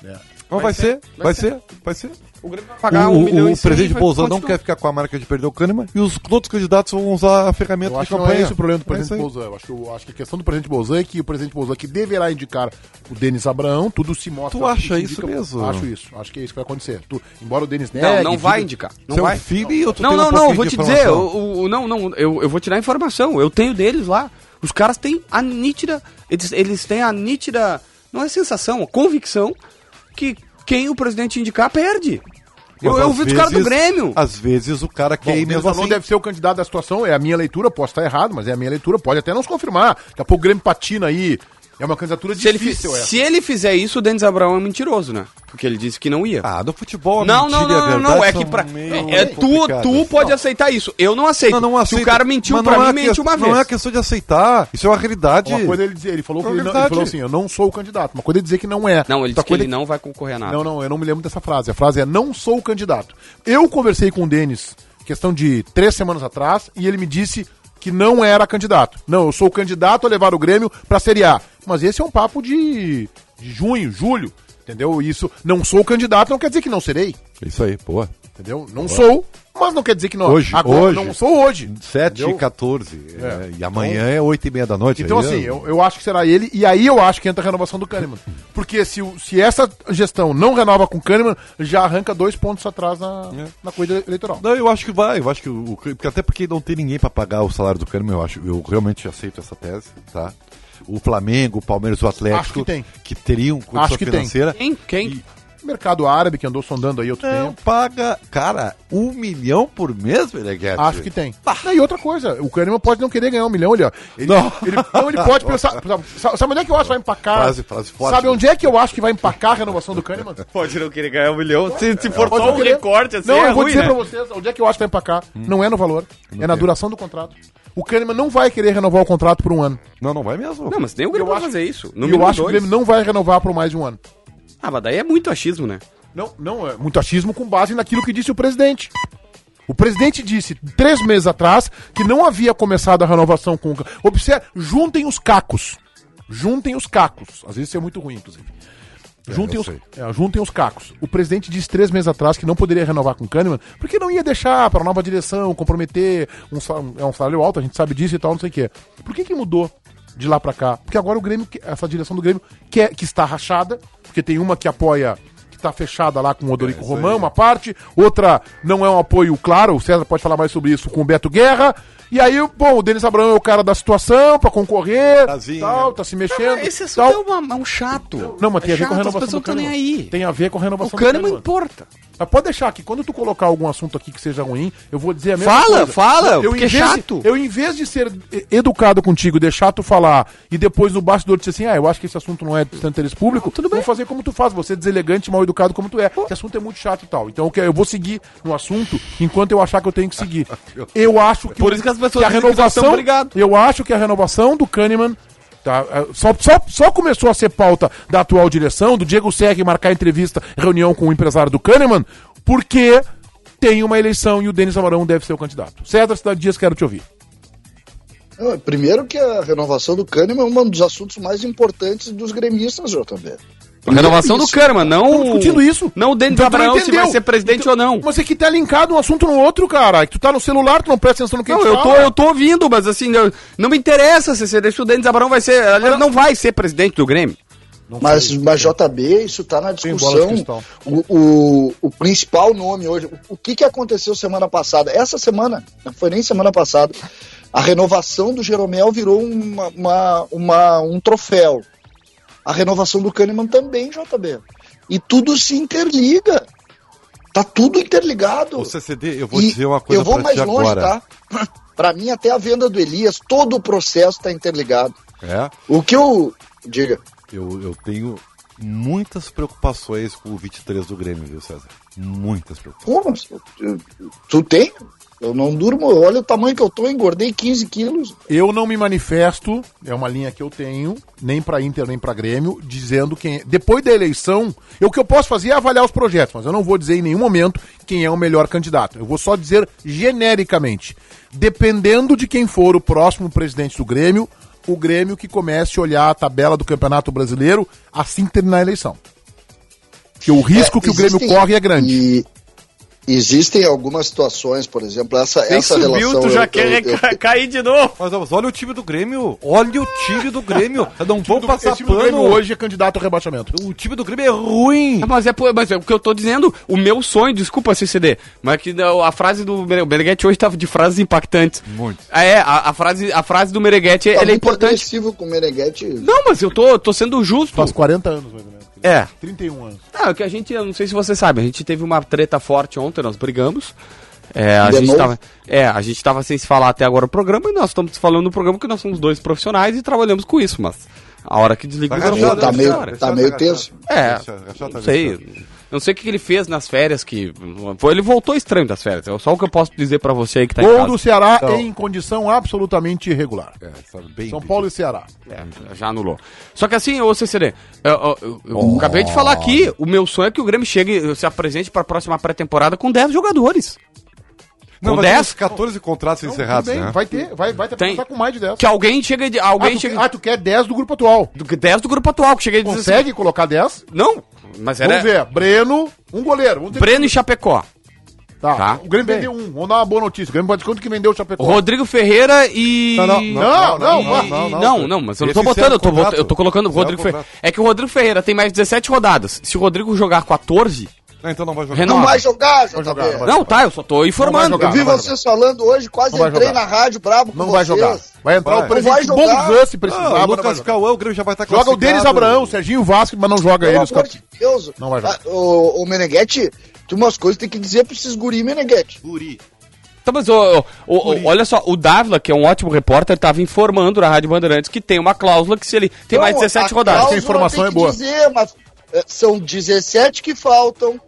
Speaker 1: né?
Speaker 3: Não, Então vai, ser, vai ser, vai ser.
Speaker 2: O Grêmio vai
Speaker 3: o,
Speaker 2: um
Speaker 3: o-
Speaker 2: milhão e
Speaker 3: o
Speaker 2: cem
Speaker 3: presidente
Speaker 2: vai-
Speaker 3: Bolsonaro não
Speaker 2: continua.
Speaker 3: quer ficar com a marca de perder o Kahneman e os outros candidatos vão usar a ferramenta
Speaker 1: Eu
Speaker 3: de
Speaker 1: acho que não
Speaker 3: campanha.
Speaker 1: é esse o problema do
Speaker 3: É isso
Speaker 1: presidente
Speaker 3: aí.
Speaker 1: Bolzan. Eu acho, que, eu acho que a questão do presidente Bolzan é que o presidente Bolzan que deverá indicar o Denis Abraão, tudo se mostra.
Speaker 3: Tu acha
Speaker 1: se
Speaker 3: isso mesmo?
Speaker 1: Acho isso. Acho que é isso que vai acontecer. Tu, embora o Denis
Speaker 2: É, Não,
Speaker 1: negue,
Speaker 2: não
Speaker 1: diga-
Speaker 2: vai indicar. Não
Speaker 3: Você é um
Speaker 2: vai.
Speaker 3: filho e eu
Speaker 2: Não, não, não, eu vou te dizer, o, o- não, não, eu, eu vou tirar informação, eu tenho deles lá. Os caras têm a nítida, eles, eles têm a nítida, não é sensação, a convicção que quem o presidente indicar perde. Eu, eu vi
Speaker 3: os
Speaker 2: dos caras do Grêmio.
Speaker 3: Às vezes o cara
Speaker 1: Bom,
Speaker 3: quer ir
Speaker 1: o Denis
Speaker 3: mesmo
Speaker 1: Abraão
Speaker 3: assim.
Speaker 1: deve ser o candidato da situação, é a minha leitura, posso estar errado, mas é a minha leitura, pode até não se confirmar. Daqui a pouco o Grêmio patina aí. É uma candidatura
Speaker 2: Se ele, fi-
Speaker 3: é.
Speaker 1: difícil, essa.
Speaker 2: se ele fizer isso, o Denis Abraão é mentiroso, né? Porque ele disse que não ia.
Speaker 3: Ah, no futebol, a
Speaker 2: Não, não,
Speaker 3: mentira e a
Speaker 2: não, não,
Speaker 3: verdade
Speaker 2: não, é
Speaker 3: são
Speaker 2: que pra,
Speaker 3: meio
Speaker 2: é tu,
Speaker 3: complicadas.
Speaker 2: tu pode aceitar isso. Eu não aceito.
Speaker 3: Não, não aceito.
Speaker 2: Se o cara mentiu
Speaker 3: Mas
Speaker 2: pra
Speaker 3: não
Speaker 2: mim,
Speaker 3: é
Speaker 2: mente
Speaker 3: que-
Speaker 2: uma vez.
Speaker 3: Não é questão de aceitar. Isso é uma realidade.
Speaker 1: Uma coisa ele dizer, ele falou,
Speaker 3: É
Speaker 1: que ele, não, ele
Speaker 3: verdade.
Speaker 1: falou assim, eu não sou o candidato. Uma coisa ele dizer que não é.
Speaker 2: Não,
Speaker 1: Outra
Speaker 2: ele disse que
Speaker 1: coisa
Speaker 2: ele não é vai concorrer a nada.
Speaker 1: Não, não, eu não me lembro dessa frase. A frase é não sou o candidato. Eu conversei com o Denis questão de três semanas atrás e ele me disse que não era candidato. Não, eu sou o candidato a levar o Grêmio pra Série A. Mas esse é um papo de, de junho, julho, entendeu? Isso, não sou o candidato não quer dizer que não serei,
Speaker 3: Isso aí, pô.
Speaker 1: entendeu? Não sou, mas não quer dizer que não. é.
Speaker 3: Hoje, hoje.
Speaker 1: Não sou hoje.
Speaker 3: 7
Speaker 1: entendeu?
Speaker 3: e 14. é, e amanhã é 8 e meia da noite.
Speaker 1: Então,
Speaker 3: aí
Speaker 1: assim,
Speaker 3: é-
Speaker 1: eu, eu acho que será ele, e aí eu acho que entra a renovação do Kahneman. Porque se, o- se essa gestão não renova com o Kahneman, já arranca dois pontos atrás na,
Speaker 3: É.
Speaker 1: na coisa eleitoral.
Speaker 3: Não, eu acho que vai, eu acho que o, o- porque até porque não tem ninguém pra pagar o salário do Kahneman, eu acho, eu realmente aceito essa tese, tá? O Flamengo, o Palmeiras, o Atlético,
Speaker 1: Acho que tem.
Speaker 3: que teriam condição
Speaker 1: Acho que tem.
Speaker 3: financeira.
Speaker 2: Quem? Quem?
Speaker 1: Mercado árabe que andou sondando aí outro
Speaker 2: É.
Speaker 3: Não
Speaker 1: tempo.
Speaker 3: paga, cara, um milhão por mês, Beneguete?
Speaker 1: Acho que tem. Não, E outra coisa, o Kahneman pode não querer ganhar um milhão, ele, ó. Ele,
Speaker 3: Não.
Speaker 1: ele, não, ele pode pensar. Sabe, sabe onde é que eu acho que vai empacar?
Speaker 3: Frase- frase forte,
Speaker 1: sabe
Speaker 3: né?
Speaker 1: onde é que eu acho que vai empacar a renovação do Kahneman?
Speaker 2: Pode não querer ganhar um milhão. Se, se for
Speaker 1: Pode
Speaker 2: só um
Speaker 1: querer.
Speaker 2: recorte, assim,
Speaker 1: Não,
Speaker 2: é
Speaker 1: eu vou
Speaker 2: ruim,
Speaker 1: dizer
Speaker 2: né?
Speaker 1: pra vocês onde é que eu acho que vai empacar. Não é no valor, é na duração do contrato. O Kahneman não vai querer renovar o contrato por um ano.
Speaker 3: Não, não vai mesmo.
Speaker 2: Não, mas nem o Grêmio
Speaker 1: Eu
Speaker 2: vai
Speaker 1: acho-
Speaker 2: fazer isso. No
Speaker 1: E eu
Speaker 2: mínimo
Speaker 1: acho que o
Speaker 2: dois.
Speaker 1: Grêmio não vai renovar por mais de um ano.
Speaker 2: Ah, mas daí é muito achismo, né?
Speaker 1: Não, não, é muito achismo com base naquilo que disse o presidente. O presidente disse três meses atrás que não havia começado a renovação com o. Ca- Observe, juntem os cacos. Juntem os cacos. Às vezes isso é muito ruim, inclusive. Juntem,
Speaker 3: eu
Speaker 1: os,
Speaker 3: sei.
Speaker 1: é, juntem os cacos. O presidente disse três meses atrás que não poderia renovar com o Kahneman, porque não ia deixar para a nova direção, comprometer um salário, é um salário alto, a gente sabe disso e tal, não sei o quê. Por que, que mudou de lá para cá? Porque agora o Grêmio, que- essa direção do Grêmio, quer, que está rachada, porque tem uma que apoia, que está fechada lá com o Odorico
Speaker 3: É, isso
Speaker 1: Romão,
Speaker 3: aí.
Speaker 1: uma parte, outra não é um apoio claro, o César pode falar mais sobre isso, com o Beto Guerra. E aí, bom, o Denis Abrão é o cara da situação para concorrer,
Speaker 3: Tazinho.
Speaker 1: tal, tá se mexendo.
Speaker 2: Mas Esse assunto
Speaker 1: tal.
Speaker 2: é, uma- é um chato.
Speaker 1: Não, mas tem
Speaker 2: é
Speaker 1: a ver com a
Speaker 2: chato,
Speaker 1: renovação
Speaker 2: As pessoas não
Speaker 1: do
Speaker 2: estão nem
Speaker 1: Kahneman.
Speaker 2: aí.
Speaker 1: Tem a ver com a renovação
Speaker 2: O Kahneman
Speaker 1: Kahneman.
Speaker 2: importa.
Speaker 1: Mas pode deixar que quando tu colocar algum assunto aqui que seja ruim, eu vou dizer a mesma
Speaker 2: Fala,
Speaker 1: coisa.
Speaker 2: fala,
Speaker 1: eu,
Speaker 2: porque
Speaker 1: em
Speaker 2: é
Speaker 1: vez de-
Speaker 2: chato.
Speaker 1: eu, em vez de ser e- educado contigo, deixar tu falar e depois no bastidor dizer assim, ah, eu acho que esse assunto não é de tanto interesse público, tudo bem. vou fazer como tu faz, você é deselegante, mal educado como tu é. Esse assunto é muito chato e tal. Então eu que- eu vou seguir no assunto enquanto eu achar que eu tenho que seguir. Eu acho que,
Speaker 2: Por
Speaker 1: o-
Speaker 2: isso que as pessoas
Speaker 1: a
Speaker 2: dizem que não
Speaker 1: renovação,
Speaker 2: estão brigadas.
Speaker 1: eu acho que a renovação do Kahneman tá, é, só, só, só começou a ser pauta da atual direção, do Diego Serri marcar entrevista, reunião com o empresário do Kahneman, porque tem uma eleição e o Denis Amarão deve ser o candidato. César Cidade Dias, quero te ouvir.
Speaker 4: Não, Primeiro que a renovação do Kahneman é um dos assuntos mais importantes dos gremistas, JB.
Speaker 2: A renovação do
Speaker 4: Isso.
Speaker 2: Kahneman, não.
Speaker 1: Estamos discutindo isso.
Speaker 2: Não o Denis
Speaker 1: Então tu não
Speaker 2: Abraão se vai
Speaker 1: entendeu.
Speaker 2: ser presidente
Speaker 1: Então-
Speaker 2: ou não.
Speaker 1: Mas é que tá linkado um assunto no outro, cara. Que tu tá no celular, tu não presta atenção no que a
Speaker 2: Não,
Speaker 1: gente
Speaker 2: eu tô,
Speaker 1: fala.
Speaker 2: eu tô ouvindo, mas assim, eu- não me interessa se você deixa o Denis Abrão vai ser. Aliás, não vai ser presidente do Grêmio.
Speaker 4: Mas, mas JB, isso está na
Speaker 1: bola de
Speaker 4: discussão.
Speaker 1: cristal.
Speaker 4: O, o, o principal nome hoje. O, o que, que aconteceu semana passada? Essa semana, não foi nem semana passada. A renovação do Jeromel virou uma, uma- uma- um troféu. A renovação do Kahneman também, JB. E tudo se interliga. Tá tudo interligado.
Speaker 3: O CCD, eu vou
Speaker 4: E
Speaker 3: dizer uma coisa
Speaker 4: eu vou
Speaker 3: pra
Speaker 4: mais
Speaker 3: ti
Speaker 4: longe,
Speaker 3: agora.
Speaker 4: tá? Pra mim, até a venda do Elias, todo o processo está interligado.
Speaker 3: É,
Speaker 4: O que eu. Diga.
Speaker 3: eu, eu tenho muitas preocupações com o 23 do Grêmio, viu, César? Muitas preocupações.
Speaker 4: Como? Tu tem? Eu não durmo. Olha o tamanho que eu tô, engordei 15 quilos.
Speaker 1: Eu não me manifesto, é uma linha que eu tenho, nem pra Inter nem pra Grêmio, dizendo quem. é. Depois da eleição, eu, o que eu posso fazer é avaliar os projetos, mas eu não vou dizer em nenhum momento quem é o melhor candidato. Eu vou só dizer genericamente, dependendo de quem for o próximo presidente do Grêmio, o Grêmio que comece a olhar a tabela do Campeonato Brasileiro assim que terminar a eleição. Porque o risco que o Grêmio
Speaker 4: Existem-
Speaker 1: corre é grande.
Speaker 4: E existem algumas situações, por exemplo, essa,
Speaker 2: Nem
Speaker 4: essa
Speaker 2: subiu,
Speaker 4: relação.
Speaker 2: tu já
Speaker 4: eu-
Speaker 2: quer
Speaker 4: eu- eu-
Speaker 2: ca- cair de novo.
Speaker 3: Mas, mas olha o time do Grêmio, olha o time do Grêmio. Eu não vou
Speaker 1: Esse
Speaker 3: passar
Speaker 1: time do Grêmio
Speaker 3: pano.
Speaker 1: hoje é candidato ao rebaixamento.
Speaker 3: O time do Grêmio é ruim.
Speaker 2: Mas é, por- mas é o que eu tô dizendo, o meu sonho, desculpa CCD, mas que não, a frase do Mere- o Meneghete hoje tá de frases impactantes.
Speaker 3: Muito.
Speaker 2: É, a, a frase, a frase do Meneghete,
Speaker 4: tá
Speaker 2: ela é
Speaker 4: muito
Speaker 2: importante.
Speaker 4: agressivo com o Meneghetti.
Speaker 2: Não, mas eu tô, tô sendo justo.
Speaker 1: Faz 40 anos, mais ou menos.
Speaker 2: É.
Speaker 1: 31 anos.
Speaker 2: Não, é que a gente, eu não sei se você sabe, a gente teve uma treta forte ontem, nós brigamos. É, a
Speaker 4: De
Speaker 2: gente
Speaker 4: novo?
Speaker 2: tava, é, a gente tava sem se falar até agora o programa e nós estamos falando no programa que nós somos dois profissionais e trabalhamos com isso, mas a hora que desliga o
Speaker 3: Agachado,
Speaker 2: microfone,
Speaker 4: tá
Speaker 2: né,
Speaker 4: meio-
Speaker 2: cara?
Speaker 4: tá meio tenso.
Speaker 2: É,
Speaker 3: Agachado, agachado,
Speaker 2: não sei. Não sei o que que ele fez nas férias que. foi- Ele voltou estranho das férias. É só o que eu posso dizer pra você aí que tá em
Speaker 1: Gol
Speaker 2: casa.
Speaker 1: do Ceará em condição absolutamente irregular.
Speaker 3: É, sabe, bem
Speaker 1: São Paulo e Ceará.
Speaker 2: É, já anulou. Só que assim, ô CCD, eu, eu- eu- eu acabei de falar aqui, o meu sonho é que o Grêmio chegue, se apresente pra próxima pré-temporada com 10 jogadores. com
Speaker 3: Não, mas
Speaker 2: 10?
Speaker 3: os 14 contratos
Speaker 1: Não,
Speaker 3: encerrados,
Speaker 1: Então, tudo bem,
Speaker 3: né?
Speaker 1: Vai ter, vai, vai ter
Speaker 2: Tem.
Speaker 1: passar com mais de 10.
Speaker 2: Que alguém chega de.
Speaker 1: Ah,
Speaker 2: Alguém
Speaker 1: tu,
Speaker 2: chega.
Speaker 1: ah, tu quer 10 do grupo atual.
Speaker 2: do- 10 do grupo atual, que chega e diz
Speaker 1: Consegue colocar 10?
Speaker 2: assim. Não, mas era.
Speaker 1: Vamos ver. Breno, um goleiro. Vamos ter-
Speaker 2: Breno e Chapecó.
Speaker 1: Tá.
Speaker 2: tá.
Speaker 1: O Grêmio vendeu um. Vamos dar uma boa notícia. O Grêmio pode quanto que vendeu o Chapecó?
Speaker 2: Rodrigo Ferreira e.
Speaker 3: Não, não,
Speaker 1: Não, não,
Speaker 2: Não, não, não, mas eu não tô
Speaker 3: Esse
Speaker 2: botando,
Speaker 3: é o
Speaker 2: eu tô,
Speaker 3: contrato.
Speaker 2: botando- eu tô colocando o
Speaker 3: Esse é o
Speaker 2: Rodrigo Ferreira.
Speaker 3: contrato.
Speaker 2: É que o Rodrigo Ferreira tem mais 17 rodadas. Se o Rodrigo jogar 14.
Speaker 3: Ah, então não vai jogar.
Speaker 2: Renan-
Speaker 4: Não
Speaker 2: Não.
Speaker 4: vai jogar, JB.
Speaker 1: jogar, não vai.
Speaker 2: Não, tá, eu só tô informando.
Speaker 1: jogar.
Speaker 4: Eu vi
Speaker 1: Não vai
Speaker 4: vocês falando hoje, quase
Speaker 1: Não vai
Speaker 4: entrei
Speaker 1: jogar.
Speaker 4: na rádio brabo com
Speaker 1: Não vai
Speaker 4: vocês.
Speaker 1: jogar. Vai entrar
Speaker 3: Vai.
Speaker 1: o presidente
Speaker 4: Não vai jogar.
Speaker 1: Bonzan se
Speaker 3: Ah,
Speaker 1: precisar.
Speaker 3: o
Speaker 1: mas não vai
Speaker 3: Lucas
Speaker 1: jogar.
Speaker 3: Cauã, o Grêmio já vai tá estar
Speaker 1: Joga o Denis Abraão, Serginho Vasco, mas não joga
Speaker 4: Pelo
Speaker 1: eles.
Speaker 4: amor de Deus.
Speaker 1: Não vai jogar.
Speaker 4: Ah, Ô, ô Meneghetti, tu umas coisas tem que dizer pra esses guri, Meneghetti.
Speaker 3: Guri.
Speaker 2: Tá, mas ô, ô, ô, ô, olha só, o Dávila, que é um ótimo repórter, tava informando na Rádio Bandeirantes que tem uma cláusula que se ele. Tem mais
Speaker 4: Não,
Speaker 2: 17
Speaker 4: a
Speaker 2: rodadas.
Speaker 4: cláusula
Speaker 1: a informação
Speaker 4: tem
Speaker 1: é
Speaker 4: que
Speaker 1: boa.
Speaker 4: dizer, mas, é, são 17 que faltam.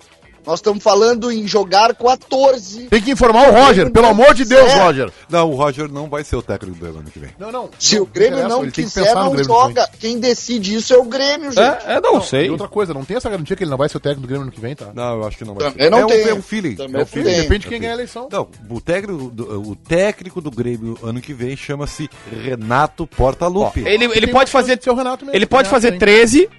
Speaker 4: Nós estamos falando em jogar 14.
Speaker 1: Tem que informar o Roger. Pelo amor de Deus,
Speaker 4: É.
Speaker 1: Roger.
Speaker 3: Não, o Roger não vai ser o técnico do ano que vem.
Speaker 1: Não, não.
Speaker 4: Se o Grêmio não quiser, não joga. Quem decide isso é o Grêmio, gente.
Speaker 2: É, é, não,
Speaker 1: E
Speaker 2: sei.
Speaker 1: outra coisa, não tem essa garantia que ele não vai ser o técnico do Grêmio no que vem, tá?
Speaker 3: Não, eu acho que não vai
Speaker 4: Também não
Speaker 3: é
Speaker 4: tem.
Speaker 3: Um, é um feeling.
Speaker 4: Também
Speaker 3: é um
Speaker 4: não
Speaker 3: feeling.
Speaker 4: tem.
Speaker 1: Depende de quem ganhar a eleição.
Speaker 3: Não, o técnico, do, o técnico do Grêmio ano que vem chama-se Renato Portaluppi.
Speaker 2: Ele, ele
Speaker 1: Tem
Speaker 2: pode
Speaker 1: uma chance
Speaker 2: fazer.
Speaker 1: de ser o Renato mesmo.
Speaker 2: Ele pode
Speaker 1: Renato
Speaker 2: fazer
Speaker 1: tem.
Speaker 2: 13.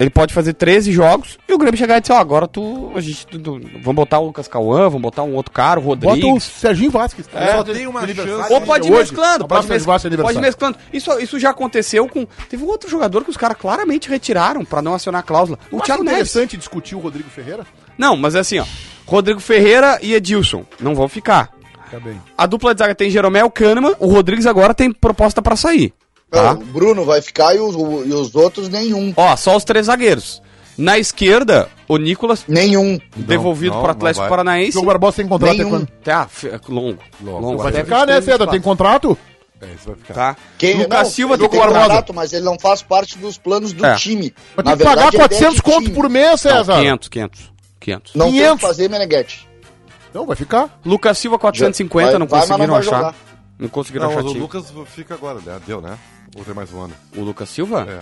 Speaker 2: Ele pode fazer 13 jogos e o Grêmio chegar e dizer, ó, agora tu, a gente, tu- tu- vamos botar o Lucas Cauã, vamos botar um outro cara, o
Speaker 1: Bota o
Speaker 2: Rodrigues.
Speaker 1: Serginho Vasquez.
Speaker 3: Só tem uma chance.
Speaker 2: É. Ou pode ir mesclando, pode, mes... pode
Speaker 1: mesclar.
Speaker 2: mesclando. Isso, isso já aconteceu com. Teve um outro jogador que os caras claramente retiraram pra não acionar a cláusula. O
Speaker 1: O
Speaker 2: Thiago Neves.
Speaker 1: interessante discutir o Rodrigo Ferreira?
Speaker 2: Não, mas é assim, ó. Rodrigo Ferreira e Edilson não vão ficar.
Speaker 1: Tá bem.
Speaker 2: A dupla de zaga tem Jeromel, Kahneman, o Rodrigues agora tem proposta pra sair. Tá?
Speaker 1: Ah.
Speaker 4: Não, O Bruno vai ficar e os, o- e os outros nenhum.
Speaker 2: Ó, só os três zagueiros. Na esquerda, o Nicolas
Speaker 4: Nenhum.
Speaker 2: devolvido
Speaker 3: não,
Speaker 2: pro
Speaker 3: não
Speaker 2: Atlético
Speaker 3: vai.
Speaker 2: Paranaense.
Speaker 1: O Barbosa tem contrato até
Speaker 4: Nenhum.
Speaker 1: quando?
Speaker 2: Tá, f- longo. Longo.
Speaker 1: Vai
Speaker 2: até
Speaker 1: ficar, né,
Speaker 2: 23,
Speaker 1: Seda? Tem
Speaker 2: 24.
Speaker 1: contrato?
Speaker 3: É, isso vai ficar.
Speaker 2: Tá.
Speaker 4: Quem,
Speaker 2: Lucas
Speaker 4: não,
Speaker 2: Silva
Speaker 4: ele
Speaker 2: tem
Speaker 4: tem
Speaker 2: Barbosa.
Speaker 4: contrato, mas ele não faz parte dos planos do
Speaker 2: É.
Speaker 4: time.
Speaker 1: Mas
Speaker 4: Na
Speaker 1: tem que pagar
Speaker 4: verdade, ele é
Speaker 1: 400
Speaker 4: de
Speaker 1: conto
Speaker 4: time.
Speaker 1: por mês,
Speaker 2: Não,
Speaker 1: César.
Speaker 2: 500, 500. 500.
Speaker 4: Não tem o
Speaker 1: 500.
Speaker 4: que fazer, Meneghete.
Speaker 1: Não, Então vai ficar.
Speaker 2: Lucas Silva 450,
Speaker 4: Vai-
Speaker 2: não
Speaker 4: vai, mas
Speaker 2: conseguiram
Speaker 4: não vai
Speaker 2: achar.
Speaker 4: jogar.
Speaker 2: Não conseguiram
Speaker 3: Não,
Speaker 2: achar
Speaker 3: mas o
Speaker 2: time.
Speaker 3: Lucas fica agora, né? Deu, né? Ou tem mais um ano?
Speaker 2: O Lucas Silva?
Speaker 3: É.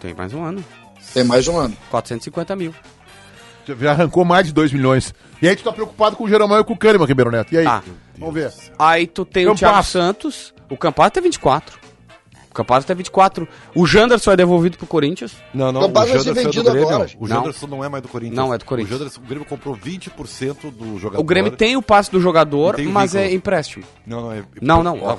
Speaker 2: Tem mais um ano.
Speaker 4: Tem mais um ano.
Speaker 2: 450 mil.
Speaker 1: Já- Já arrancou mais de 2 milhões. E aí tu tá preocupado com o Jeromel e com o Kahneman, Ribeiro Neto. E aí?
Speaker 2: Tá.
Speaker 1: Vamos ver.
Speaker 2: Aí tu tem
Speaker 1: Campasso.
Speaker 2: o Thiago Santos. O tá Campasso tem 24. O tá Campasso tem 24. O Janderson é devolvido pro Corinthians.
Speaker 3: Não, não,
Speaker 4: Então,
Speaker 3: o
Speaker 4: vai ser
Speaker 3: Janderson é do
Speaker 4: vendido
Speaker 3: Grêmio.
Speaker 4: agora,
Speaker 3: o
Speaker 2: gente.
Speaker 3: Janderson não. é mais do Corinthians.
Speaker 2: Não, é do Corinthians.
Speaker 3: O, Janderson, o Grêmio comprou 20% do jogador.
Speaker 2: O Grêmio tem o passe do jogador,
Speaker 3: E tem o
Speaker 2: mas é
Speaker 3: vínculo.
Speaker 2: empréstimo.
Speaker 3: Não, não, é...
Speaker 2: Não, não, ó.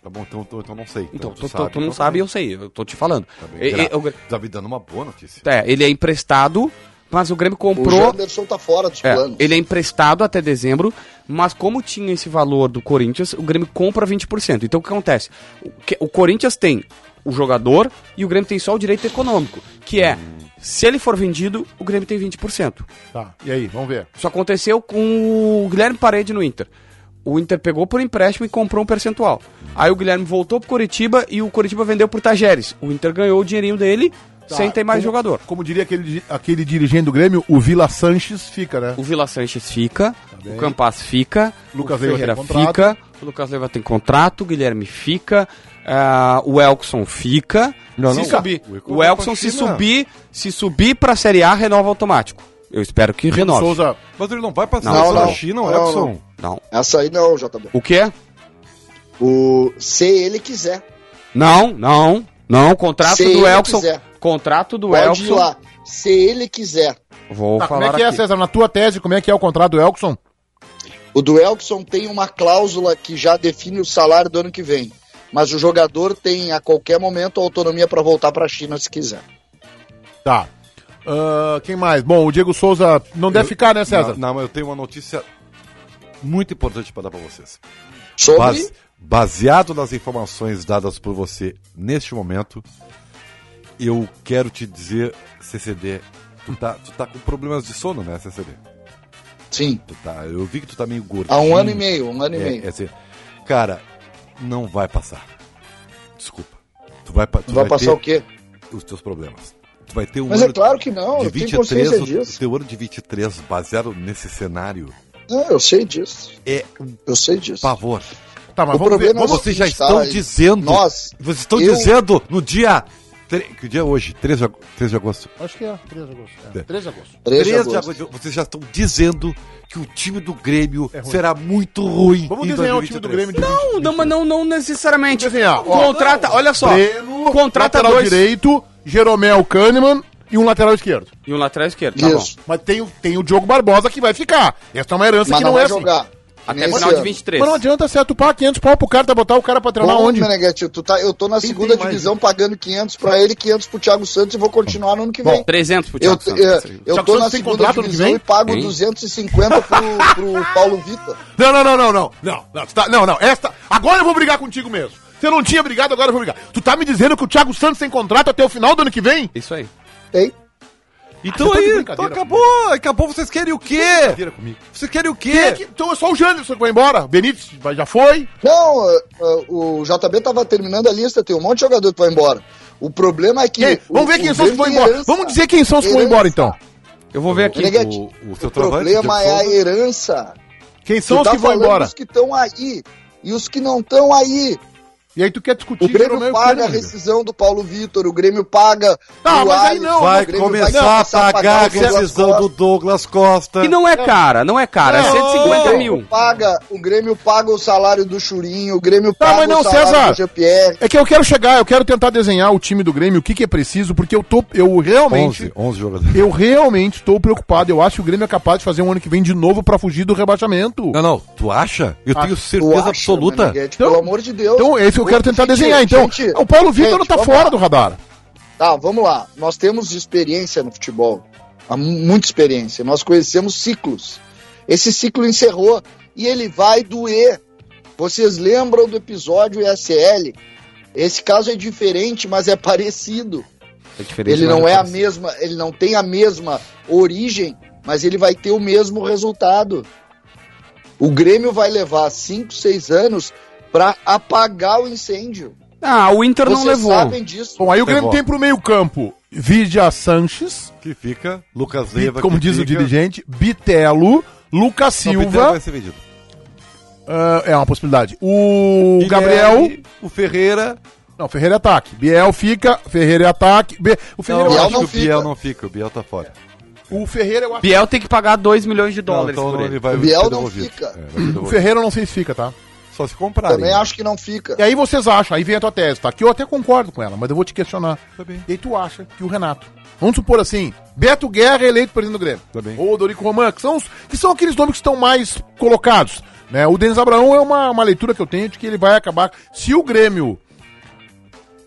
Speaker 3: Tá bom, então, então, então não sei.
Speaker 2: Então, tu, tu-
Speaker 3: sabe,
Speaker 2: tu não
Speaker 3: então
Speaker 2: sabe, eu sei, eu É, tô te falando.
Speaker 3: Tá, bem.
Speaker 2: E- e-
Speaker 3: Gra-
Speaker 2: o Gre-
Speaker 3: tá me dando uma boa notícia.
Speaker 2: é, ele é emprestado, mas o Grêmio
Speaker 4: O
Speaker 2: comprou.
Speaker 4: Janderson tá fora dos
Speaker 2: É,
Speaker 4: planos.
Speaker 2: ele é emprestado até dezembro, mas como tinha esse valor do Corinthians, o Grêmio compra 20%. Então o que acontece? O, que- o Corinthians tem o jogador e o Grêmio tem só o direito econômico, que é, se ele for vendido, o Grêmio tem 20%.
Speaker 1: Tá. E aí? Vamos ver.
Speaker 2: Isso aconteceu com o Guilherme Parede no Inter. O Inter pegou por empréstimo e comprou um percentual. Aí o Guilherme voltou pro Curitiba e o Curitiba vendeu pro Tajeres. O Inter ganhou o dinheirinho dele sem ter mais
Speaker 1: Tá, Como-
Speaker 2: jogador.
Speaker 1: Como diria aquele, di- aquele dirigente do Grêmio, o Vila Sanches fica, né?
Speaker 2: O Vila Sanches fica,
Speaker 1: Tá bem.
Speaker 2: o Campas fica,
Speaker 1: Lucas
Speaker 2: o
Speaker 1: Leiva
Speaker 2: Ferreira
Speaker 1: tem contrato.
Speaker 2: fica, o Lucas Leiva tem contrato, o Guilherme fica, ah, o Elkson fica.
Speaker 3: Não,
Speaker 2: se
Speaker 3: não,
Speaker 2: subir,
Speaker 3: o Elkson
Speaker 2: o
Speaker 1: é
Speaker 3: vai
Speaker 2: Elkson
Speaker 3: pra
Speaker 2: se
Speaker 3: China.
Speaker 2: subir, se subir pra Série A, renova automático. Eu espero que renove.
Speaker 1: Souza.
Speaker 3: Mas ele não vai passar
Speaker 4: Não,
Speaker 3: na
Speaker 4: não.
Speaker 3: China, é o
Speaker 4: Não,
Speaker 3: Edson.
Speaker 4: não.
Speaker 2: Não.
Speaker 4: Essa aí não, é JB.
Speaker 2: O quê?
Speaker 4: O, se ele quiser.
Speaker 2: Não, não, não. Contrato
Speaker 4: Se
Speaker 2: do
Speaker 4: ele
Speaker 2: Elkson.
Speaker 4: quiser.
Speaker 2: Contrato do
Speaker 4: Pode ir
Speaker 2: Elkson.
Speaker 4: lá. Se ele quiser.
Speaker 2: Vou
Speaker 1: Tá, como
Speaker 2: falar
Speaker 1: é que é,
Speaker 2: aqui.
Speaker 1: César? Na tua tese, como é que é o contrato do Elkson?
Speaker 4: O do Elkson tem uma cláusula que já define o salário do ano que vem. Mas o jogador tem a qualquer momento autonomia para voltar para a China se quiser.
Speaker 1: Tá. Ah, quem mais? Bom, o Diego Souza não deve
Speaker 3: Eu-
Speaker 1: ficar, né, César?
Speaker 3: Não, não, mas eu tenho uma notícia muito importante para dar para vocês.
Speaker 4: Sobre.
Speaker 3: Base- baseado nas informações dadas por você neste momento, eu quero te dizer, CCD, tu tá, tu tá com problemas de sono, né, CCD?
Speaker 4: Sim.
Speaker 3: Tu tá, eu vi que tu tá meio gordo.
Speaker 4: Há um ano e meio, um ano e meio.
Speaker 3: É, é assim, cara, não vai passar. Desculpa. Tu vai, pa- tu
Speaker 4: Vai passar
Speaker 3: ter
Speaker 4: o quê?
Speaker 3: os teus problemas. Tu vai ter um
Speaker 4: Mas
Speaker 3: ano
Speaker 4: é claro que não,
Speaker 3: de
Speaker 4: eu tenho consciência
Speaker 3: 23, o, o
Speaker 4: disso.
Speaker 3: teu ano de 23 baseado nesse cenário
Speaker 4: Não, eu sei disso.
Speaker 3: é um
Speaker 4: Eu sei disso.
Speaker 3: pavor.
Speaker 1: Tá, mas
Speaker 4: O
Speaker 1: vamos ver.
Speaker 4: problema é o
Speaker 1: Vamos...
Speaker 3: Vocês já
Speaker 4: seguinte,
Speaker 3: estão
Speaker 4: tá,
Speaker 3: dizendo.
Speaker 4: Nós.
Speaker 3: Vocês estão
Speaker 4: Eu-
Speaker 3: dizendo no dia. tre- Que dia é hoje? 3 de, ag- 3 de agosto.
Speaker 1: Acho que é 3 de agosto. É, 3 de agosto.
Speaker 4: 3 de
Speaker 3: de
Speaker 4: agosto.
Speaker 3: agosto. Vocês já estão dizendo que o time do Grêmio
Speaker 1: É ruim.
Speaker 3: será muito ruim.
Speaker 1: Vamos
Speaker 3: em
Speaker 1: desenhar o time do
Speaker 3: 2023.
Speaker 1: Grêmio de
Speaker 2: Não, não, mas não, não necessariamente.
Speaker 1: Desenhar, ó.
Speaker 2: Contrata, olha só.
Speaker 1: Breno,
Speaker 2: contrata
Speaker 1: lateral
Speaker 2: dois.
Speaker 1: direito, Jeromel Kahneman e um lateral esquerdo.
Speaker 2: E um lateral esquerdo. Tá bom.
Speaker 4: Isso.
Speaker 1: Mas tem, o- tem o Diogo Barbosa que vai ficar. Essa é uma herança
Speaker 4: Mas
Speaker 1: que
Speaker 4: não,
Speaker 1: não,
Speaker 4: vai
Speaker 1: é assim.
Speaker 4: jogar.
Speaker 2: Até
Speaker 4: Nesse
Speaker 2: final de
Speaker 4: ano.
Speaker 2: 23.
Speaker 1: Mas não adianta se atupar 500 pau pro cara, tá botar o cara pra treinar
Speaker 4: Bom,
Speaker 1: onde?
Speaker 4: Meneghete, tu tá, eu tô na
Speaker 3: Quem
Speaker 4: segunda
Speaker 3: tem mais,
Speaker 4: divisão pagando 500 pra ele, 500 pro Thiago Santos e vou continuar no ano que vem.
Speaker 2: 300 pro
Speaker 4: eu, é,
Speaker 2: Thiago
Speaker 4: eu,
Speaker 2: Santos.
Speaker 4: eu
Speaker 1: Thiago
Speaker 4: tô
Speaker 1: Santos
Speaker 4: na
Speaker 1: tem
Speaker 4: segunda
Speaker 1: contrato ano que
Speaker 4: divisão
Speaker 1: vem?
Speaker 4: e pago
Speaker 2: Tem.
Speaker 4: 250 pro, pro Paulo Vitor.
Speaker 1: Não, não, não, não, não. Não, não, tu tá- não, não. Esta. Agora eu vou brigar contigo mesmo. Você não tinha brigado, agora eu vou brigar. Tu tá me dizendo que o Thiago Santos tem contrato até o final do ano que vem?
Speaker 2: Isso aí.
Speaker 4: Tem?
Speaker 3: Então
Speaker 1: Ah, você tá de
Speaker 3: aí,
Speaker 1: brincadeira
Speaker 3: então acabou, acabou. Vocês querem o quê?
Speaker 1: comigo.
Speaker 3: Vocês querem o
Speaker 1: É
Speaker 3: quê?
Speaker 1: que- então é só o Janderson que vai embora. Benítez vai- já foi.
Speaker 4: Não, ah, ah, o JB tava terminando a lista, tem um monte de jogador que foi embora. O problema é que.
Speaker 1: Quem- Vamos
Speaker 4: o-
Speaker 1: ver quem
Speaker 4: o
Speaker 1: são os que
Speaker 4: Grêmio
Speaker 1: vão
Speaker 4: tem
Speaker 1: embora.
Speaker 4: herança.
Speaker 1: Vamos dizer quem são os que vão
Speaker 4: Herança.
Speaker 1: embora, então.
Speaker 2: Eu vou ver aqui.
Speaker 4: Meneghete,
Speaker 3: O, o seu
Speaker 4: é O problema é a herança.
Speaker 1: Quem
Speaker 4: Tu
Speaker 1: são os
Speaker 4: tá
Speaker 1: que vão
Speaker 4: falando
Speaker 1: embora?
Speaker 4: Os que estão aí. E os que não estão aí.
Speaker 1: E aí tu quer discutir
Speaker 4: O Grêmio
Speaker 1: Jeromel e
Speaker 4: paga a
Speaker 1: Cândido.
Speaker 4: rescisão do Paulo Vitor, o Grêmio paga.
Speaker 1: Tá,
Speaker 4: o
Speaker 1: mas aí
Speaker 4: Alisson,
Speaker 1: não.
Speaker 4: o
Speaker 3: Vai
Speaker 4: Grêmio
Speaker 3: começar a pagar a
Speaker 4: o Douglas
Speaker 3: rescisão do
Speaker 4: Costa,
Speaker 3: Douglas Costa.
Speaker 2: E não é cara, não é cara, é
Speaker 1: Não.
Speaker 2: 150
Speaker 4: o
Speaker 2: mil.
Speaker 4: Grêmio paga, o Grêmio paga o salário do Churinho, o Grêmio
Speaker 1: Tá,
Speaker 4: paga
Speaker 1: mas não,
Speaker 4: o salário
Speaker 1: César.
Speaker 4: do Jean-Pierre.
Speaker 1: É que eu quero chegar, eu quero tentar desenhar o time do Grêmio, o que, que é preciso, porque eu tô. Eu realmente.
Speaker 3: 11, 11 jogadores.
Speaker 1: Eu realmente tô preocupado. Eu acho que o Grêmio é capaz de fazer um ano que vem de novo pra fugir do rebaixamento.
Speaker 3: Não, não, tu acha? Eu
Speaker 1: Ah,
Speaker 3: tenho
Speaker 4: Tu
Speaker 3: certeza
Speaker 4: acha, né,
Speaker 3: absoluta.
Speaker 4: Meneghetti?
Speaker 1: Então-
Speaker 4: pelo amor de Deus.
Speaker 1: Então é isso que eu quero tentar
Speaker 4: Gente,
Speaker 1: desenhar. Então,
Speaker 4: gente,
Speaker 1: o Paulo Vitor não
Speaker 4: gente,
Speaker 1: tá
Speaker 4: vamos
Speaker 1: fora
Speaker 4: lá.
Speaker 1: do radar.
Speaker 4: Tá, vamos lá. Nós temos experiência no futebol. Há mu- muita experiência. Nós conhecemos ciclos. Esse ciclo encerrou e ele vai doer. Vocês lembram do episódio ESL? Esse caso é diferente, mas é parecido. Ele não é a mesma, ele não tem a mesma origem, mas ele vai ter o mesmo resultado. O Grêmio vai levar 5, 6 anos para apagar o incêndio.
Speaker 2: Ah, o Inter não
Speaker 4: Vocês
Speaker 2: levou.
Speaker 4: sabem disso.
Speaker 1: Bom, aí o Grêmio
Speaker 3: Levou.
Speaker 1: tem pro meio-campo Vidia Sanches,
Speaker 3: Que fica Lucas
Speaker 1: Bi-
Speaker 3: Leiva.
Speaker 1: como
Speaker 3: que
Speaker 1: diz o
Speaker 3: fica.
Speaker 1: dirigente, Bitelo, Lucas
Speaker 3: Não, o Pitelo
Speaker 1: Silva,
Speaker 3: vai ser vendido.
Speaker 1: ah, é uma possibilidade. O
Speaker 3: Guilherme,
Speaker 1: Gabriel.
Speaker 3: O Ferreira.
Speaker 1: Não, Ferreira é ataque. Biel fica, Ferreira é ataque. Be- O, Ferreira, é
Speaker 3: não,
Speaker 4: Biel
Speaker 3: acho
Speaker 4: não
Speaker 3: que o
Speaker 4: fica.
Speaker 3: Biel não fica. O Biel tá fora.
Speaker 1: o Ferreira eu acho.
Speaker 2: Biel tem que pagar 2 milhões de
Speaker 3: Não,
Speaker 2: dólares
Speaker 3: então
Speaker 2: por
Speaker 3: não,
Speaker 2: ele.
Speaker 3: ele vai
Speaker 4: O Biel
Speaker 3: ser
Speaker 4: não
Speaker 3: devolvido.
Speaker 4: fica.
Speaker 3: É, vai ser devolvido.
Speaker 1: O Ferreira eu não sei se fica, tá?
Speaker 3: Só se comprarem.
Speaker 4: Também acho que não fica.
Speaker 1: E aí você acha, aí vem a tua tese, tá? Que eu até concordo com ela, mas eu vou te questionar.
Speaker 3: Tá bem.
Speaker 1: E aí tu acha que o Renato. Vamos supor assim, Beto Guerra é eleito presidente do Grêmio.
Speaker 3: Tá bem.
Speaker 1: Ou o Dorico Roman, que são, os- que são aqueles nomes que estão mais colocados. Né? O Denis Abraão é uma, uma leitura que eu tenho de que ele vai acabar. Se o Grêmio.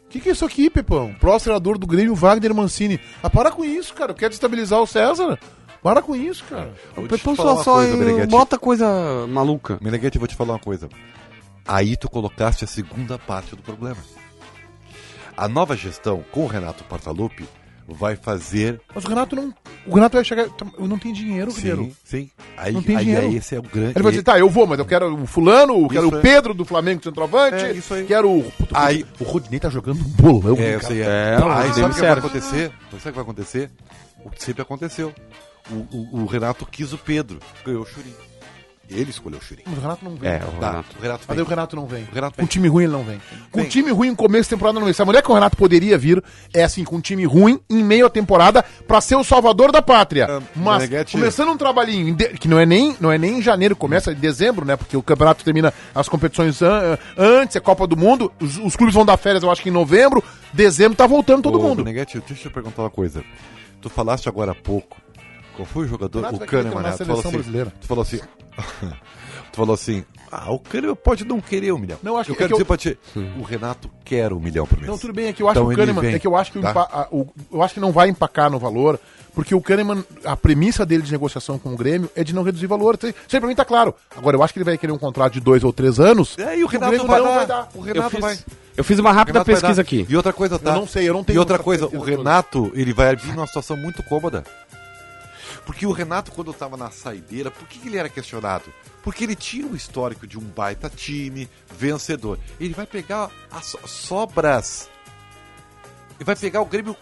Speaker 1: O que, que é isso aqui, Pepão? Próximo treinador do Grêmio, Wagner Mancini. Ah, para com isso, cara. Eu quero estabilizar o César. Para com isso, cara.
Speaker 3: É, Vou te falar uma coisa, Meneghetti.
Speaker 2: bota coisa maluca.
Speaker 3: Meneghetti, eu vou te falar uma coisa. Aí tu colocaste a segunda parte do problema. A nova gestão com o Renato Portaluppi vai fazer.
Speaker 1: Mas o Renato não. O Renato vai chegar. "Tá, Eu não tenho dinheiro, Guerreiro.
Speaker 3: Sim, sim. Aí,
Speaker 1: Não tem
Speaker 3: aí,
Speaker 1: dinheiro.
Speaker 3: aí esse é o grande.
Speaker 1: Ele vai dizer, tá, eu vou, mas eu quero o fulano, eu quero
Speaker 3: Isso
Speaker 1: o
Speaker 3: aí.
Speaker 1: Pedro do Flamengo centroavante,
Speaker 3: É, isso aí.
Speaker 1: quero o... Puta,
Speaker 3: Aí-
Speaker 1: o Rodinei tá jogando um bolo.
Speaker 3: É, eu
Speaker 1: cara.
Speaker 3: sei.
Speaker 2: É,
Speaker 3: Aí
Speaker 2: mas
Speaker 3: sabe o
Speaker 2: ele
Speaker 3: que vai
Speaker 2: serve.
Speaker 3: acontecer? Sabe o que vai acontecer? O que sempre aconteceu. O, o- o Renato quis o Pedro, ganhou o Churim. Ele escolheu o Churim.
Speaker 1: Mas o Renato não vem.
Speaker 2: É, o
Speaker 3: Tá,
Speaker 2: Renato.
Speaker 3: o Renato
Speaker 1: Mas
Speaker 3: vem.
Speaker 1: aí o Renato não vem.
Speaker 3: O Renato
Speaker 1: com
Speaker 3: vem.
Speaker 1: time ruim ele não vem. Com
Speaker 3: Vem.
Speaker 1: time ruim em começo de temporada não vem. Se a mulher que o Renato poderia vir é assim, com um time ruim em meio à temporada pra ser o salvador da pátria.
Speaker 3: Ah,
Speaker 1: Mas
Speaker 3: Meneghetti.
Speaker 1: começando um trabalhinho em de- que não é nem não é nem em janeiro, começa em dezembro, né? Porque o campeonato termina as competições an- antes, é Copa do Mundo, os, os clubes vão dar férias, eu acho que em novembro, dezembro tá voltando todo
Speaker 3: Ô,
Speaker 1: mundo.
Speaker 3: Meneghetti, deixa eu perguntar uma coisa. Tu falaste agora há pouco. Qual foi o jogador?
Speaker 1: Renato
Speaker 3: o
Speaker 1: vai querer
Speaker 3: Kahneman,
Speaker 1: terminar
Speaker 3: né?
Speaker 1: a
Speaker 3: Tu falou
Speaker 1: seleção
Speaker 3: assim.
Speaker 1: brasileira.
Speaker 3: Tu falou assim. tu falou assim. Ah, o Kahneman pode não querer um milhão.
Speaker 1: Não, acho
Speaker 3: eu
Speaker 1: que- é
Speaker 3: quero
Speaker 1: que
Speaker 3: dizer pra ti. O Renato quer um milhão por mês.
Speaker 1: Não, tudo bem, é que eu acho
Speaker 3: Então
Speaker 1: que o
Speaker 3: ele
Speaker 1: Kahneman,
Speaker 3: vem,
Speaker 1: é que eu acho que o
Speaker 3: tá?
Speaker 1: empa- a- o- eu acho que não vai empacar no valor, porque o Kahneman, a premissa dele de negociação com o Grêmio é de não reduzir valor. Isso aí isso aí pra mim tá claro. Agora, eu acho que ele vai querer um contrato de dois ou três anos.
Speaker 3: É, E aí o
Speaker 1: que
Speaker 3: Renato
Speaker 1: Grêmio
Speaker 3: vai
Speaker 1: não
Speaker 3: dar.
Speaker 1: vai dar.
Speaker 3: O
Speaker 2: Eu
Speaker 3: Renato vai.
Speaker 2: fiz, eu fiz uma rápida
Speaker 3: Renato vai
Speaker 2: pesquisa
Speaker 3: dar.
Speaker 2: aqui.
Speaker 3: E outra coisa, tá?
Speaker 1: Eu não sei, eu não tenho
Speaker 3: E outra
Speaker 1: essa
Speaker 3: coisa, o
Speaker 1: certeza
Speaker 3: Renato, ele vai vir numa situação muito cômoda. Porque o Renato, quando estava na saideira, por que que ele era questionado? Porque ele tinha um histórico de um baita time, vencedor. Ele vai pegar as sobras. Ele vai pegar o Grêmio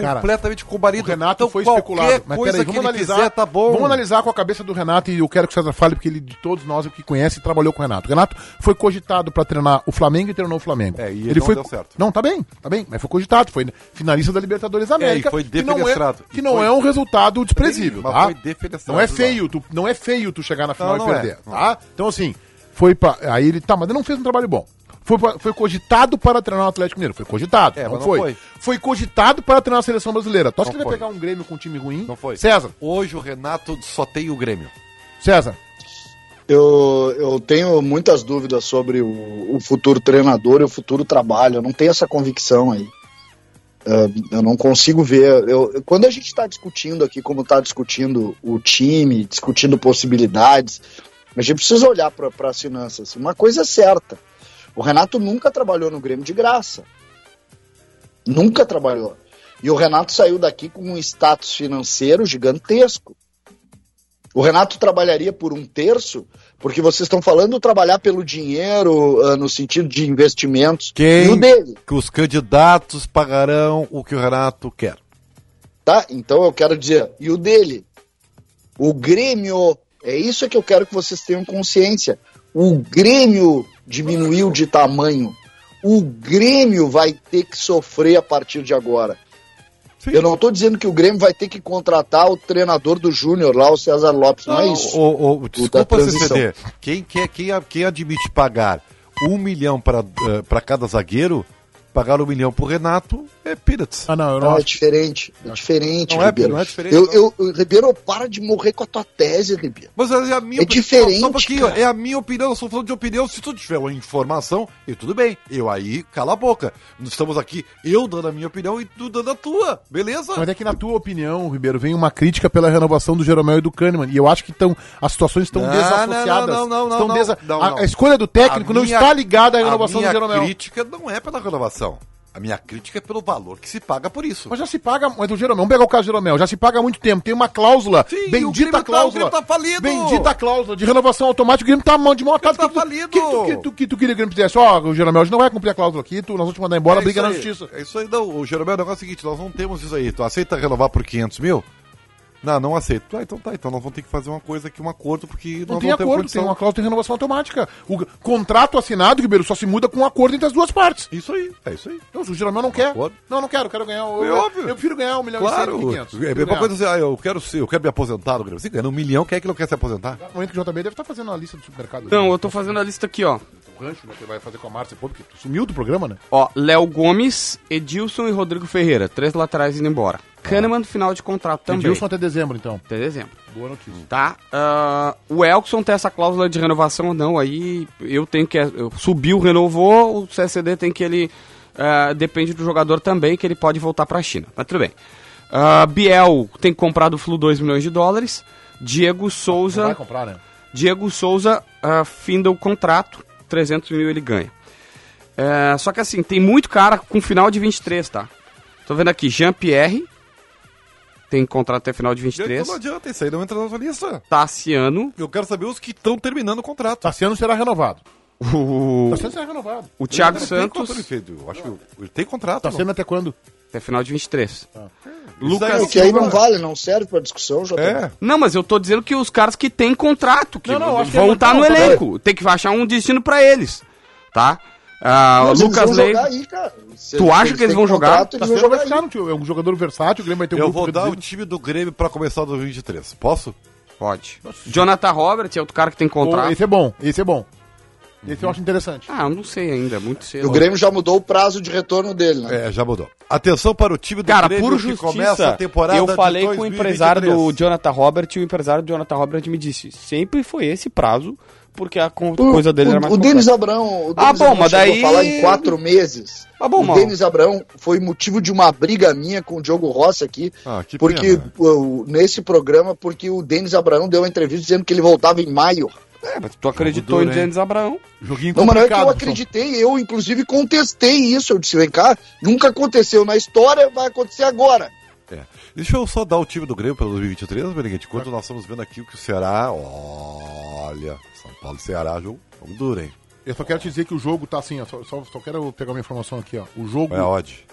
Speaker 1: Cara,
Speaker 3: completamente combalido.
Speaker 1: O Renato
Speaker 3: Então,
Speaker 1: foi
Speaker 3: qualquer
Speaker 1: especulado. Mas
Speaker 3: coisa
Speaker 1: peraí,
Speaker 3: que
Speaker 1: vamos
Speaker 3: ele
Speaker 1: analisar.
Speaker 3: quiser, tá bom.
Speaker 1: Vamos analisar com a cabeça do Renato e eu quero que o César fale, porque ele, de todos nós, o que conhece, trabalhou com o Renato. O Renato foi cogitado pra treinar o Flamengo e treinou o Flamengo.
Speaker 3: É, e
Speaker 1: ele
Speaker 3: não
Speaker 1: foi...
Speaker 3: deu certo.
Speaker 1: Não, tá bem, tá bem. Mas foi cogitado, foi finalista da Libertadores da América.
Speaker 3: e foi
Speaker 1: que não é,
Speaker 3: defenestrado.
Speaker 1: que
Speaker 3: E
Speaker 1: não
Speaker 3: foi-
Speaker 1: é um resultado desprezível.
Speaker 3: Mas
Speaker 1: tá?
Speaker 3: foi defenestrado
Speaker 1: não é
Speaker 3: lá.
Speaker 1: feio, tu, não é feio tu chegar na final
Speaker 3: não
Speaker 1: e
Speaker 3: é.
Speaker 1: perder. Tá? Então, assim, foi pra. Aí ele. Tá, mas ele não fez um trabalho bom. Foi, pra- foi cogitado para treinar o Atlético Mineiro. Foi cogitado.
Speaker 3: É,
Speaker 1: não,
Speaker 3: mas não
Speaker 1: foi. foi.
Speaker 3: foi.
Speaker 1: cogitado para treinar a seleção brasileira. Tu acha
Speaker 3: Não
Speaker 1: que ele vai
Speaker 3: foi.
Speaker 1: pegar um Grêmio com um time ruim?
Speaker 3: Não foi.
Speaker 1: César,
Speaker 3: Hoje o Renato só tem o Grêmio.
Speaker 1: César.
Speaker 4: Eu, eu tenho muitas dúvidas sobre o, o futuro treinador e o futuro trabalho. Eu não tenho essa convicção aí. É, eu não consigo ver. Eu- eu- quando a gente está discutindo aqui, como está discutindo o time, discutindo possibilidades, a gente precisa olhar para as finanças. Uma coisa é certa: o Renato nunca trabalhou no Grêmio de graça. Nunca trabalhou. E o Renato saiu daqui com um status financeiro gigantesco. O Renato trabalharia por um terço, porque vocês estão falando trabalhar pelo dinheiro, ah, no sentido de investimentos.
Speaker 3: Quem?
Speaker 4: E o dele,
Speaker 3: Que os candidatos pagarão o que o Renato quer.
Speaker 4: tá? Então eu quero dizer, e o dele? O Grêmio, é isso que eu quero que vocês tenham consciência. O Grêmio diminuiu de tamanho. o Grêmio vai ter que sofrer a partir de agora. Eu não estou dizendo que o Grêmio vai ter que contratar o treinador do Júnior lá, o César Lopes, não, é isso.
Speaker 3: O, o, desculpa,
Speaker 4: transição.
Speaker 3: CCD. Quem, quer, quem, quem admite pagar um milhão para cada zagueiro, pagar um milhão pro Renato é peanuts.
Speaker 1: Ah, não, eu não,
Speaker 4: Não, é
Speaker 1: acho.
Speaker 4: diferente, é diferente,
Speaker 3: Não é,
Speaker 4: Ribeiro.
Speaker 3: não é diferente,
Speaker 4: Eu-
Speaker 3: não.
Speaker 4: eu, Ribeiro, para de morrer com a tua tese, Ribeiro.
Speaker 3: Mas é a minha opinião.
Speaker 4: É diferente,
Speaker 3: Só um pouquinho,
Speaker 4: cara.
Speaker 3: é a minha opinião, eu sou falando de opinião. Se tu tiver uma informação, e tudo bem. Eu aí, cala a boca. Nós Estamos aqui, eu dando a minha opinião e tu dando a tua, beleza?
Speaker 1: Mas é que na tua opinião, Ribeiro, vem uma crítica pela renovação do Jeromel e do Kahneman. E eu acho que tão, as situações estão
Speaker 3: Não,
Speaker 1: desassociadas.
Speaker 3: não, não, não, não,
Speaker 1: Estão
Speaker 3: não,
Speaker 1: desa-
Speaker 3: não,
Speaker 1: a-
Speaker 3: não.
Speaker 1: A, escolha do técnico
Speaker 3: A
Speaker 1: não
Speaker 3: minha-
Speaker 1: está ligada à renovação do
Speaker 3: A
Speaker 1: Jeromel.
Speaker 3: minha crítica não é pela renovação. A minha crítica é pelo valor que se paga por isso.
Speaker 1: Mas já se paga, mas do Jeromel, vamos pegar o caso do Jeromel, já se paga há muito tempo. Tem uma cláusula,
Speaker 3: Sim, o Grêmio
Speaker 1: bendita
Speaker 3: tá- o
Speaker 1: cláusula.
Speaker 3: Grêmio tá falido.
Speaker 1: Bendita cláusula de renovação automática, o Grêmio tá mão de mão atada.
Speaker 3: tá
Speaker 1: Que tu-
Speaker 3: falido.
Speaker 1: Que tu, que tu, que tu queria que o Grêmio fizesse? Ó, o Jeromel, a gente não vai cumprir a cláusula aqui, tu, nós vamos te mandar embora,
Speaker 3: É
Speaker 1: briga
Speaker 3: isso
Speaker 1: na
Speaker 3: aí,
Speaker 1: justiça.
Speaker 3: É isso aí, não. O Jeromel, o negócio é o seguinte, nós não temos isso aí. Tu aceita renovar por 500 mil? Não, não aceito. Ah, então tá, então nós vamos ter que fazer uma coisa aqui, um acordo, porque
Speaker 1: Não
Speaker 3: nós não
Speaker 1: Então, tem
Speaker 3: temos
Speaker 1: acordo, tem
Speaker 3: condição.
Speaker 1: uma cláusula de renovação automática. O g- contrato assinado, Ribeiro, só se muda com um acordo entre as duas partes.
Speaker 3: Isso aí, é isso aí.
Speaker 1: Não, o Jeromel não quer.
Speaker 3: acordo.
Speaker 1: Não, não quero, quero ganhar. Eu,
Speaker 3: É
Speaker 1: eu,
Speaker 3: óbvio.
Speaker 1: eu prefiro ganhar um milhão e cem do
Speaker 3: Claro,
Speaker 1: que 500.
Speaker 3: é a
Speaker 1: Prefiro
Speaker 3: mesma
Speaker 1: ganhar.
Speaker 3: coisa assim, ah, eu quero, ser, eu quero me aposentar do Grêmio. Se ganha um milhão, quem é que não quer se aposentar?
Speaker 1: No Um momento que o JB deve estar fazendo a lista do supermercado. né?
Speaker 2: Então, eu tô fazendo a lista aqui, ó.
Speaker 1: O rancho, né, que ele vai fazer com a Márcia, pô, porque tu sumiu do programa, né?
Speaker 2: Ó, Léo Gomes, Edilson e Rodrigo Ferreira. Três laterais indo embora. Kahneman, final de contrato também.
Speaker 1: Edilson até dezembro, então.
Speaker 2: Até dezembro.
Speaker 1: Boa notícia.
Speaker 2: Tá? Ah, o Elkson tem essa cláusula de renovação ou não. Aí eu tenho que. Eu, subiu, renovou. O CSD tem que ele. ah, depende do jogador também, que ele pode voltar pra China. Mas tudo bem. Ah, Biel tem que comprar do Flu 2 milhões de dólares. Diego Souza.
Speaker 1: Vai comprar, né?
Speaker 2: Diego Souza ah, finda o contrato, 300 mil ele ganha. É, só que assim, tem muito cara com final de 23, tá? Tô vendo aqui, Jean-Pierre, tem contrato até final de
Speaker 3: Então não
Speaker 2: 23.
Speaker 3: adianta, isso aí não entra na sua lista.
Speaker 2: Tassiano,
Speaker 3: Eu quero saber os que estão terminando o contrato.
Speaker 1: Tassiano será renovado.
Speaker 2: o,
Speaker 1: Tassiano será renovado.
Speaker 2: o Thiago
Speaker 3: Ele tem contrato, ele
Speaker 2: Santos,
Speaker 3: fez, Eu acho que ele tem contrato. não?
Speaker 1: Tassiano até quando?
Speaker 2: até final de 23.
Speaker 1: Tá.
Speaker 3: Isso
Speaker 2: Lucas
Speaker 4: Porque aí não
Speaker 3: Silva.
Speaker 4: vale, não serve para discussão, já
Speaker 3: assim, É.
Speaker 2: Não, mas eu tô dizendo que os caras que têm contrato, que
Speaker 1: Não, não, acho que
Speaker 2: vão
Speaker 1: é-
Speaker 2: estar no
Speaker 1: não,
Speaker 2: elenco, tem que achar um destino pra eles, tá? Ah,
Speaker 4: Mas eles
Speaker 2: Lucas
Speaker 4: vão jogar
Speaker 2: Leiva,
Speaker 4: aí, cara. Se
Speaker 2: Tu
Speaker 4: eles-
Speaker 2: acha
Speaker 4: eles
Speaker 2: que eles
Speaker 4: têm
Speaker 2: vão jogar?
Speaker 4: contrato, Eles vão
Speaker 1: Tassiano vai
Speaker 4: jogar
Speaker 1: ficar
Speaker 4: aí.
Speaker 1: no time. É um jogador versátil, o Grêmio vai ter um
Speaker 3: Eu vou dar o
Speaker 1: reduzido.
Speaker 3: time do Grêmio pra começar o 2023. Posso?
Speaker 2: pode. Jonathan Robert é outro cara que tem
Speaker 1: Pô,
Speaker 2: contrato.
Speaker 1: Esse é bom, esse é bom. Esse eu
Speaker 3: Uhum.
Speaker 1: acho interessante.
Speaker 2: Ah, eu não sei ainda, é muito cedo.
Speaker 4: O Grêmio já mudou o prazo de retorno dele, né?
Speaker 3: É, já mudou. Atenção para o time do
Speaker 2: Cara,
Speaker 3: Grêmio
Speaker 2: por
Speaker 3: que
Speaker 2: justiça,
Speaker 3: começa a temporada
Speaker 2: eu
Speaker 3: de
Speaker 2: falei com o
Speaker 3: 2023.
Speaker 2: empresário do Jonathan Robert e o empresário do Jonathan Robert me disse, sempre foi esse prazo, porque a co- coisa dele
Speaker 4: o,
Speaker 2: era mais
Speaker 4: o
Speaker 2: complexa.
Speaker 4: Denis Abrão, o Denis
Speaker 2: Ah, bom,
Speaker 4: Abrão
Speaker 2: mas
Speaker 4: chegou
Speaker 2: daí-
Speaker 4: a falar em quatro meses.
Speaker 2: Ah, bom,
Speaker 4: o
Speaker 2: mal.
Speaker 4: Denis Abrão foi motivo de uma briga minha com o Diogo Rossi aqui,
Speaker 3: Ah, que
Speaker 4: porque
Speaker 3: pena.
Speaker 4: o- nesse programa, porque o Denis Abrão deu uma entrevista dizendo que ele voltava em maio.
Speaker 2: É, mas tu acreditou
Speaker 3: duro,
Speaker 2: em
Speaker 3: hein?
Speaker 1: né?
Speaker 2: Denis Abraão.
Speaker 1: Joguinho
Speaker 4: Não, mas não é que
Speaker 1: complicado,
Speaker 4: eu acreditei, eu inclusive contestei isso. Eu disse, vem cá, nunca aconteceu na história, vai acontecer agora.
Speaker 3: É. Deixa eu só dar o time do Grêmio para 2023, Beneguete. Enquanto nós estamos vendo aqui o que o Ceará. Olha, São Paulo e Ceará, jogo, jogo duro, hein?
Speaker 1: Eu só quero te dizer que o jogo tá assim, ó, só, só, só quero pegar uma informação aqui, ó. O jogo.
Speaker 3: É a odd.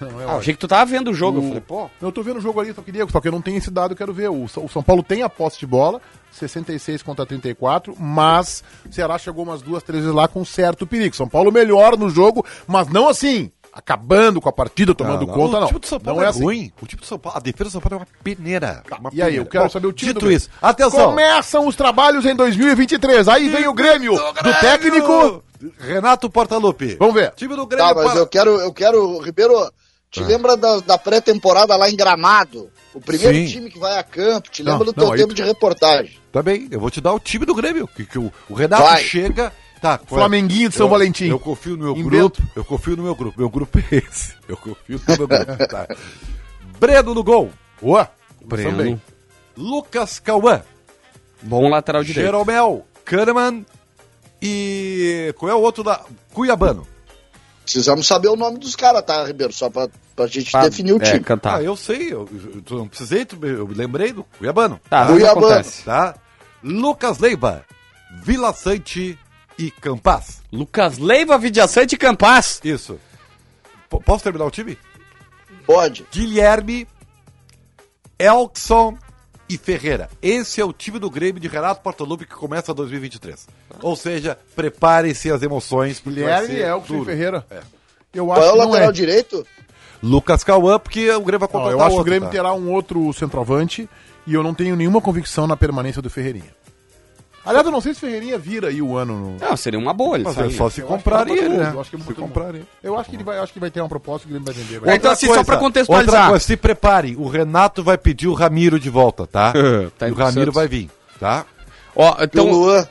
Speaker 1: Não, é
Speaker 2: Ah,
Speaker 1: ótimo.
Speaker 2: achei que tu tava vendo o jogo, eu falei, pô...
Speaker 1: Não, Eu tô vendo o jogo ali, só queria, só que eu não tenho esse dado, eu quero ver. O, Sa- o São Paulo tem a posse de bola, 66 contra 34, mas o Ceará chegou umas duas, três vezes lá com certo perigo. São Paulo melhor no jogo, mas não assim, acabando com a partida, tomando conta,
Speaker 3: O
Speaker 1: não.
Speaker 3: time do São Paulo
Speaker 1: não
Speaker 3: é,
Speaker 1: assim. Tá,
Speaker 3: ruim. O time do São Paulo, a defesa do São Paulo é uma peneira. Uma
Speaker 1: E aí, eu
Speaker 3: peneira.
Speaker 1: quero
Speaker 3: Bom,
Speaker 1: saber o time
Speaker 3: Dito
Speaker 1: do Grêmio.
Speaker 3: isso, atenção.
Speaker 1: Começam os trabalhos em 2023. Aí vem o Grêmio, do,
Speaker 3: Grêmio!
Speaker 1: técnico.
Speaker 3: Renato Portaluppi.
Speaker 1: Vamos ver.
Speaker 3: Time do Grêmio.
Speaker 4: Tá, mas
Speaker 3: para-
Speaker 4: eu quero, eu quero, Ribeiro,
Speaker 1: Ah.
Speaker 4: te lembra da, da pré-temporada lá em Gramado? O primeiro
Speaker 3: Sim.
Speaker 4: time que vai a campo, te lembra
Speaker 1: Não,
Speaker 4: do teu
Speaker 1: não, aí
Speaker 4: tempo
Speaker 1: tu-
Speaker 4: de reportagem.
Speaker 3: Tá bem, eu vou te dar o time do Grêmio. Que, que o, o Renato
Speaker 4: Vai.
Speaker 3: chega. Tá, qual é?
Speaker 1: Flamenguinho de São
Speaker 3: eu,
Speaker 1: Valentim.
Speaker 3: Eu confio no meu
Speaker 1: Em
Speaker 3: grupo.
Speaker 1: Bento.
Speaker 3: Eu confio no meu grupo. Meu grupo é esse. Eu confio no meu grupo. Tá. Breno no gol.
Speaker 1: Ô,
Speaker 2: Breno.
Speaker 1: também.
Speaker 3: Lucas Cauã.
Speaker 2: Bom lateral direito.
Speaker 3: Jeromel. Kahneman. E. Qual é o outro da. Cuiabano.
Speaker 4: Precisamos saber o nome dos caras, tá, Ribeiro? Só pra, pra gente
Speaker 2: Pra-
Speaker 4: definir o
Speaker 2: É,
Speaker 4: time.
Speaker 3: Ah,
Speaker 2: cantar.
Speaker 3: eu sei. Eu, eu- tu não precisei. tu- eu me lembrei do Cuiabano.
Speaker 2: Tá,
Speaker 4: Cuiabano.
Speaker 2: mas acontece.
Speaker 3: Tá? Lucas Leiva. Vila Sante e Campas.
Speaker 2: Lucas Leiva, Vidiaçante e Campas.
Speaker 3: Isso. P- posso terminar o time?
Speaker 4: Pode.
Speaker 3: Guilherme, Elkson e Ferreira. Esse é o time do Grêmio de Renato Portaluppi que começa 2023. Ou seja, preparem-se as emoções. porque vai
Speaker 1: Guilherme é
Speaker 3: ser
Speaker 1: Elkson
Speaker 3: duro.
Speaker 1: e Ferreira. Eu
Speaker 4: Qual
Speaker 1: acho
Speaker 4: é o
Speaker 1: que não
Speaker 4: lateral
Speaker 1: é.
Speaker 4: direito?
Speaker 3: Lucas Cauã, porque o Grêmio vai
Speaker 1: Ó,
Speaker 3: contratar
Speaker 1: eu acho que o
Speaker 3: outro,
Speaker 1: Grêmio
Speaker 3: tá?
Speaker 1: terá um outro centroavante e eu não tenho nenhuma convicção na permanência do Ferreirinha. Aliás, eu não sei se o Ferreirinha vira aí o ano. No...
Speaker 2: Não, seria uma boa ele
Speaker 3: Mas é
Speaker 2: sair.
Speaker 3: só se comprar ele, né?
Speaker 1: Eu acho que é
Speaker 3: se
Speaker 1: muito
Speaker 3: comprar ele.
Speaker 1: Eu acho que ele vai, eu acho que vai ter uma proposta que o Grêmio vai vender.
Speaker 2: É,
Speaker 1: Vai.
Speaker 2: então, assim, só pra contextualizar.
Speaker 3: outra coisa, se preparem, o Renato vai pedir o Ramiro de volta, tá?
Speaker 2: Tá
Speaker 3: e o
Speaker 2: indo pro
Speaker 3: Ramiro
Speaker 2: Santos.
Speaker 3: vai vir, tá?
Speaker 2: Ó,
Speaker 4: Então,
Speaker 2: então,
Speaker 4: o Luan.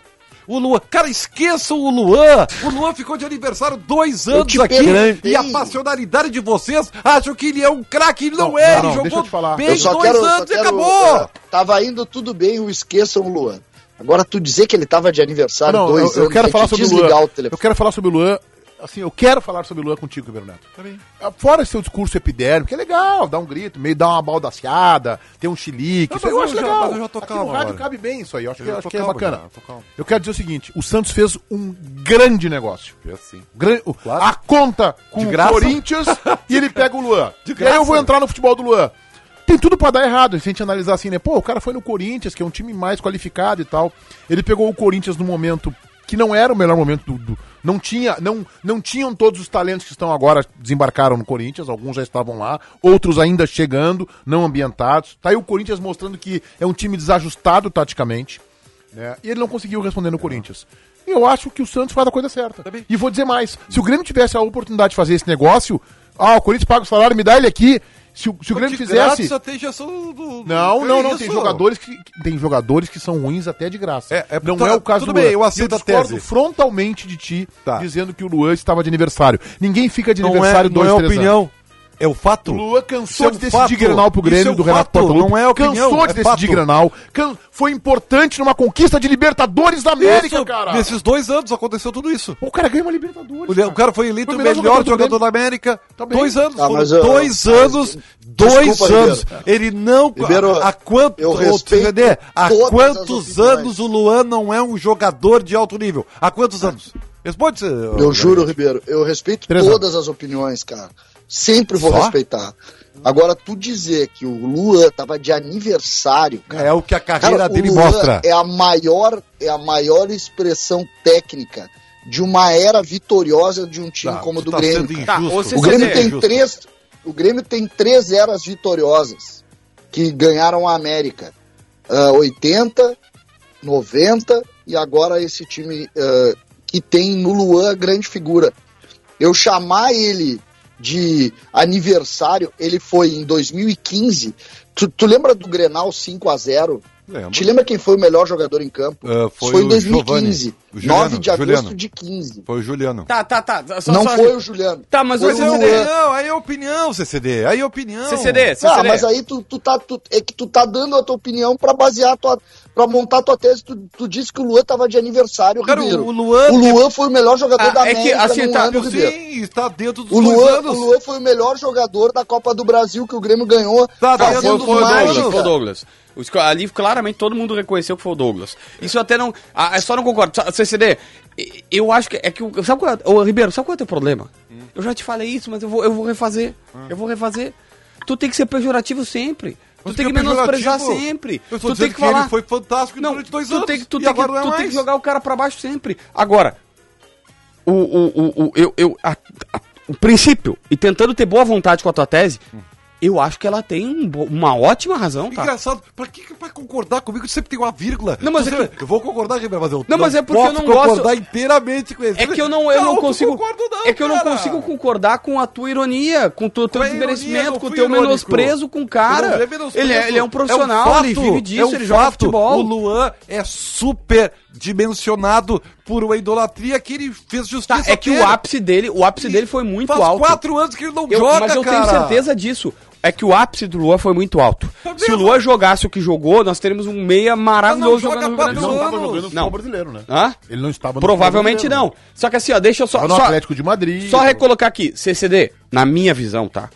Speaker 3: O Luan, cara, esqueçam o Luan! O Luan ficou de aniversário dois anos
Speaker 4: te
Speaker 3: aqui
Speaker 4: perguntei.
Speaker 3: e a passionalidade de vocês acham que ele é um craque, ele não,
Speaker 1: Não,
Speaker 3: é,
Speaker 1: não,
Speaker 3: ele
Speaker 1: não, deixa
Speaker 3: jogou
Speaker 1: eu te falar.
Speaker 3: bem
Speaker 4: Eu
Speaker 3: dois
Speaker 4: só quero, só
Speaker 3: anos e
Speaker 4: quero,
Speaker 3: acabou!
Speaker 4: é, tava indo tudo bem, o esqueçam o Luan. Agora, tu dizer que ele tava de aniversário
Speaker 1: Não, eu,
Speaker 4: dois
Speaker 1: eu
Speaker 4: anos,
Speaker 1: quero
Speaker 4: tem
Speaker 1: falar
Speaker 4: que
Speaker 1: sobre o
Speaker 4: desligar
Speaker 1: Luan.
Speaker 4: o telefone.
Speaker 1: eu quero falar sobre o Luan. Assim, eu quero falar sobre o Luan contigo, Bernardo. É, Fora seu discurso epidérmico, que é legal, dá um grito, meio dá uma baldaciada, tem um chilique.
Speaker 3: Não,
Speaker 1: isso aí
Speaker 3: mas
Speaker 1: eu
Speaker 3: eu
Speaker 1: acho
Speaker 3: já-
Speaker 1: legal.
Speaker 3: mas eu já tô
Speaker 1: Aqui
Speaker 3: calmo
Speaker 1: no rádio
Speaker 3: agora.
Speaker 1: cabe bem isso aí, eu acho,
Speaker 3: Eu
Speaker 1: que,
Speaker 3: já
Speaker 1: acho
Speaker 3: tô
Speaker 1: que é
Speaker 3: calmo
Speaker 1: bacana.
Speaker 3: já, eu tô calmo.
Speaker 1: eu quero dizer o seguinte: o Santos fez um grande negócio. Gran- o-
Speaker 3: Claro.
Speaker 1: A conta com
Speaker 3: De
Speaker 1: o
Speaker 3: graça.
Speaker 1: Corinthians e ele pega o Luan.
Speaker 3: De
Speaker 1: E aí eu vou
Speaker 3: graça.
Speaker 1: entrar no futebol do Luan. Tem tudo pra dar errado, se a gente analisar assim, né? Pô, o cara foi no Corinthians, que é um time mais qualificado e tal. Ele pegou o Corinthians num momento que não era o melhor momento do. do- não, tinha, não, não tinham todos os talentos que estão agora, desembarcaram no Corinthians, alguns já estavam lá, outros ainda chegando, não ambientados. Tá aí o Corinthians mostrando que é um time desajustado taticamente né? E ele não conseguiu responder no Corinthians. E eu acho que o Santos faz a coisa certa.
Speaker 3: Tá bem.
Speaker 1: E vou dizer mais: se o Grêmio tivesse a oportunidade de fazer esse negócio, ah, o Corinthians paga o salário, me dá ele aqui. Se o, se o Grêmio fizesse.
Speaker 3: Só tem gestão do, do
Speaker 1: Não, não, não.
Speaker 3: Isso.
Speaker 1: Tem jogadores, que, que- tem jogadores que são ruins até de graça.
Speaker 3: É, é,
Speaker 1: não
Speaker 3: tá,
Speaker 1: é o caso
Speaker 3: tudo
Speaker 1: do Luan.
Speaker 3: bem, eu aceito a
Speaker 1: discordo
Speaker 3: tese.
Speaker 1: frontalmente de ti,
Speaker 3: Tá.
Speaker 1: dizendo que o Luan estava de aniversário. Ninguém fica de
Speaker 3: Não é,
Speaker 1: aniversário
Speaker 3: não
Speaker 1: dois,
Speaker 3: é
Speaker 1: três anos.
Speaker 3: opinião, é o fato.
Speaker 1: O Luan cansou
Speaker 3: Isso é
Speaker 1: de
Speaker 3: um
Speaker 1: decidir
Speaker 3: fato.
Speaker 1: Grenal pro Grêmio
Speaker 3: Isso é um
Speaker 1: do Renato
Speaker 3: fato,
Speaker 1: Portaluppi.
Speaker 3: Não é opinião,
Speaker 1: Cansou de
Speaker 3: é
Speaker 1: decidir
Speaker 3: fato.
Speaker 1: Grenal. Can- Foi importante numa conquista de Libertadores da América,
Speaker 3: Isso,
Speaker 1: cara.
Speaker 3: Nesses dois anos aconteceu tudo isso.
Speaker 1: O cara ganha uma Libertadores.
Speaker 3: O, Le- o cara foi eleito
Speaker 1: Foi
Speaker 3: o melhor, jogador,
Speaker 1: do Grêmio.
Speaker 3: da América.
Speaker 1: Tá bem.
Speaker 3: dois anos.
Speaker 4: Tá,
Speaker 3: foram
Speaker 4: mas eu-
Speaker 3: dois
Speaker 4: eu-
Speaker 3: anos.
Speaker 4: eu-
Speaker 3: dois
Speaker 4: desculpa,
Speaker 3: anos.
Speaker 4: Ribeiro.
Speaker 3: Ele não.
Speaker 4: Ribeiro,
Speaker 3: a quanto,
Speaker 4: eu
Speaker 3: ô,
Speaker 4: respeito
Speaker 3: Nenê, há
Speaker 4: todas as
Speaker 3: quantos
Speaker 4: opiniões.
Speaker 3: anos o Luan não é um jogador de alto nível? Há quantos anos? Responde.
Speaker 4: Eu juro, Ribeiro, eu respeito
Speaker 1: Três
Speaker 4: todas as opiniões, cara. Sempre vou
Speaker 3: Só?
Speaker 4: respeitar. Agora, tu dizer que o Luan tava de aniversário, cara.
Speaker 3: É o que a carreira
Speaker 4: Cara, o
Speaker 3: dele
Speaker 4: Luan
Speaker 3: mostra.
Speaker 4: É a maior, é a maior expressão técnica de uma era vitoriosa de um time
Speaker 3: Tá,
Speaker 4: como o
Speaker 3: tu
Speaker 4: do
Speaker 3: tá
Speaker 4: Grêmio.
Speaker 3: sendo
Speaker 4: cara.
Speaker 2: Tá, ô,
Speaker 3: injusto.
Speaker 4: O
Speaker 2: Você
Speaker 4: Grêmio
Speaker 2: é
Speaker 4: tem
Speaker 3: injusto.
Speaker 4: três, o Grêmio tem três eras vitoriosas que ganharam a América. Ah, 80, 90 e agora esse time ah, que tem no Luan a grande figura. Eu chamar ele de aniversário, ele foi em 2015. Tu, tu lembra do Grenal 5 a 0
Speaker 3: Lembro.
Speaker 4: Te lembra quem foi o melhor jogador em campo?
Speaker 3: Ah,
Speaker 4: Isso
Speaker 3: foi
Speaker 4: foi em
Speaker 3: o
Speaker 4: 2015.
Speaker 3: Giovani. O Juliano,
Speaker 4: 9 de agosto
Speaker 3: Juliano.
Speaker 4: de 15.
Speaker 3: Foi o Juliano.
Speaker 2: tá, tá, tá. Só,
Speaker 4: Não
Speaker 2: só-
Speaker 4: foi o Juliano.
Speaker 2: Tá, mas
Speaker 4: Foi
Speaker 2: o
Speaker 3: Mas é
Speaker 4: Luan.
Speaker 2: CCD.
Speaker 3: opinião, aí é opinião, CCD. Aí é opinião.
Speaker 2: CCD, CCD.
Speaker 4: Ah, mas aí tu, tu tá, tu- é que tu tá dando a tua opinião pra basear a tua, pra montar a tua tese. Tu, tu disse que o Luan tava de aniversário,
Speaker 3: Cara,
Speaker 4: Ribeiro.
Speaker 3: o Luan-
Speaker 4: o Luan foi o melhor
Speaker 2: Ah,
Speaker 4: jogador da
Speaker 2: é
Speaker 4: América
Speaker 2: que, assim,
Speaker 4: no
Speaker 2: tá,
Speaker 4: ano, Ribeiro.
Speaker 3: Sim, está dentro dos
Speaker 4: O
Speaker 3: dois
Speaker 4: Luan, o
Speaker 3: anos.
Speaker 4: Luan foi o melhor jogador da Copa do Brasil que o Grêmio ganhou,
Speaker 3: Tá, tá,
Speaker 4: fazendo
Speaker 3: foi- foi o
Speaker 4: mágica.
Speaker 3: Douglas,
Speaker 2: Foi o Douglas. Os co- Ali claramente todo mundo reconheceu que foi o Douglas. Isso eu até não. Ah, eu só não concordo. Só- CCD, e- eu acho que. É que o- sabe qual é, ô, Ribeiro, sabe qual é o teu problema?
Speaker 3: Hum.
Speaker 2: Eu já te falei isso, mas eu vou, eu vou refazer. Eu vou refazer. Tu tem que ser pejorativo sempre. Tu
Speaker 3: Mas
Speaker 2: tem que
Speaker 3: que é
Speaker 2: menosprezar
Speaker 3: pejorativo?
Speaker 2: sempre.
Speaker 3: Eu tô
Speaker 2: tu
Speaker 3: dizendo
Speaker 2: tem que
Speaker 3: que ele
Speaker 2: falar.
Speaker 3: foi fantástico
Speaker 2: não,
Speaker 3: durante dois
Speaker 2: tu
Speaker 3: anos,
Speaker 2: Tem que, tu
Speaker 3: e
Speaker 2: tem,
Speaker 3: agora
Speaker 2: que,
Speaker 3: não é
Speaker 2: tu tem
Speaker 3: mais.
Speaker 2: que jogar o cara pra baixo sempre. Agora, o, o, o, o- eu, eu, a- a- o princípio, e tentando ter boa vontade com a tua tese, eu acho que ela tem um bo- uma ótima razão, tá?
Speaker 3: Engraçado, pra que pra concordar comigo tu sempre tem uma vírgula?
Speaker 2: Não, mas
Speaker 3: Tu
Speaker 2: é
Speaker 3: sempre- Eu vou concordar, Ribeiro, mas eu
Speaker 2: Não, mas é porque eu não
Speaker 3: posso
Speaker 2: gosto-
Speaker 3: concordar inteiramente com ele.
Speaker 2: É que eu não, eu não,
Speaker 3: tu
Speaker 2: consigo.
Speaker 3: concordo não,
Speaker 2: é que eu não
Speaker 3: cara.
Speaker 2: consigo concordar com a tua ironia, com o teu, teu
Speaker 3: Com a ironia,
Speaker 2: desmerecimento,
Speaker 3: não
Speaker 2: com o
Speaker 3: fui
Speaker 2: teu
Speaker 3: irônico.
Speaker 2: menosprezo com o cara.
Speaker 3: Ele, é menosprezo.
Speaker 2: Ele, é, ele é um profissional,
Speaker 3: fato,
Speaker 2: ele vive disso,
Speaker 3: é um
Speaker 2: ele joga
Speaker 3: fato.
Speaker 2: futebol.
Speaker 3: O Luan é super dimensionado por uma idolatria que ele fez
Speaker 2: Tá,
Speaker 3: justiça.
Speaker 2: é que o
Speaker 3: plena.
Speaker 2: ápice dele, o ápice
Speaker 3: E
Speaker 2: dele foi muito
Speaker 3: faz
Speaker 2: alto.
Speaker 3: quatro anos que ele não
Speaker 2: Eu-
Speaker 3: joga,
Speaker 2: mas eu tenho
Speaker 3: cara.
Speaker 2: certeza disso. É que o ápice do Luan foi muito alto.
Speaker 3: Tá
Speaker 2: Se o
Speaker 3: mesmo?
Speaker 2: Luan jogasse o que jogou, nós teríamos um meia maravilhoso
Speaker 3: joga
Speaker 2: jogando no Rio
Speaker 3: quatro
Speaker 2: Grande
Speaker 1: Ele
Speaker 2: do
Speaker 1: não
Speaker 2: Sul.
Speaker 1: estava
Speaker 3: anos.
Speaker 1: jogando no
Speaker 2: Não.
Speaker 1: futebol brasileiro, né?
Speaker 2: Hã?
Speaker 1: Ele não estava no
Speaker 2: Provavelmente
Speaker 1: futebol
Speaker 2: não. Só que assim, ó, deixa eu só.
Speaker 1: brasileiro. Tava no
Speaker 2: só-
Speaker 1: Atlético de Madrid.
Speaker 2: Só recolocar aqui, CCD, na minha visão, tá?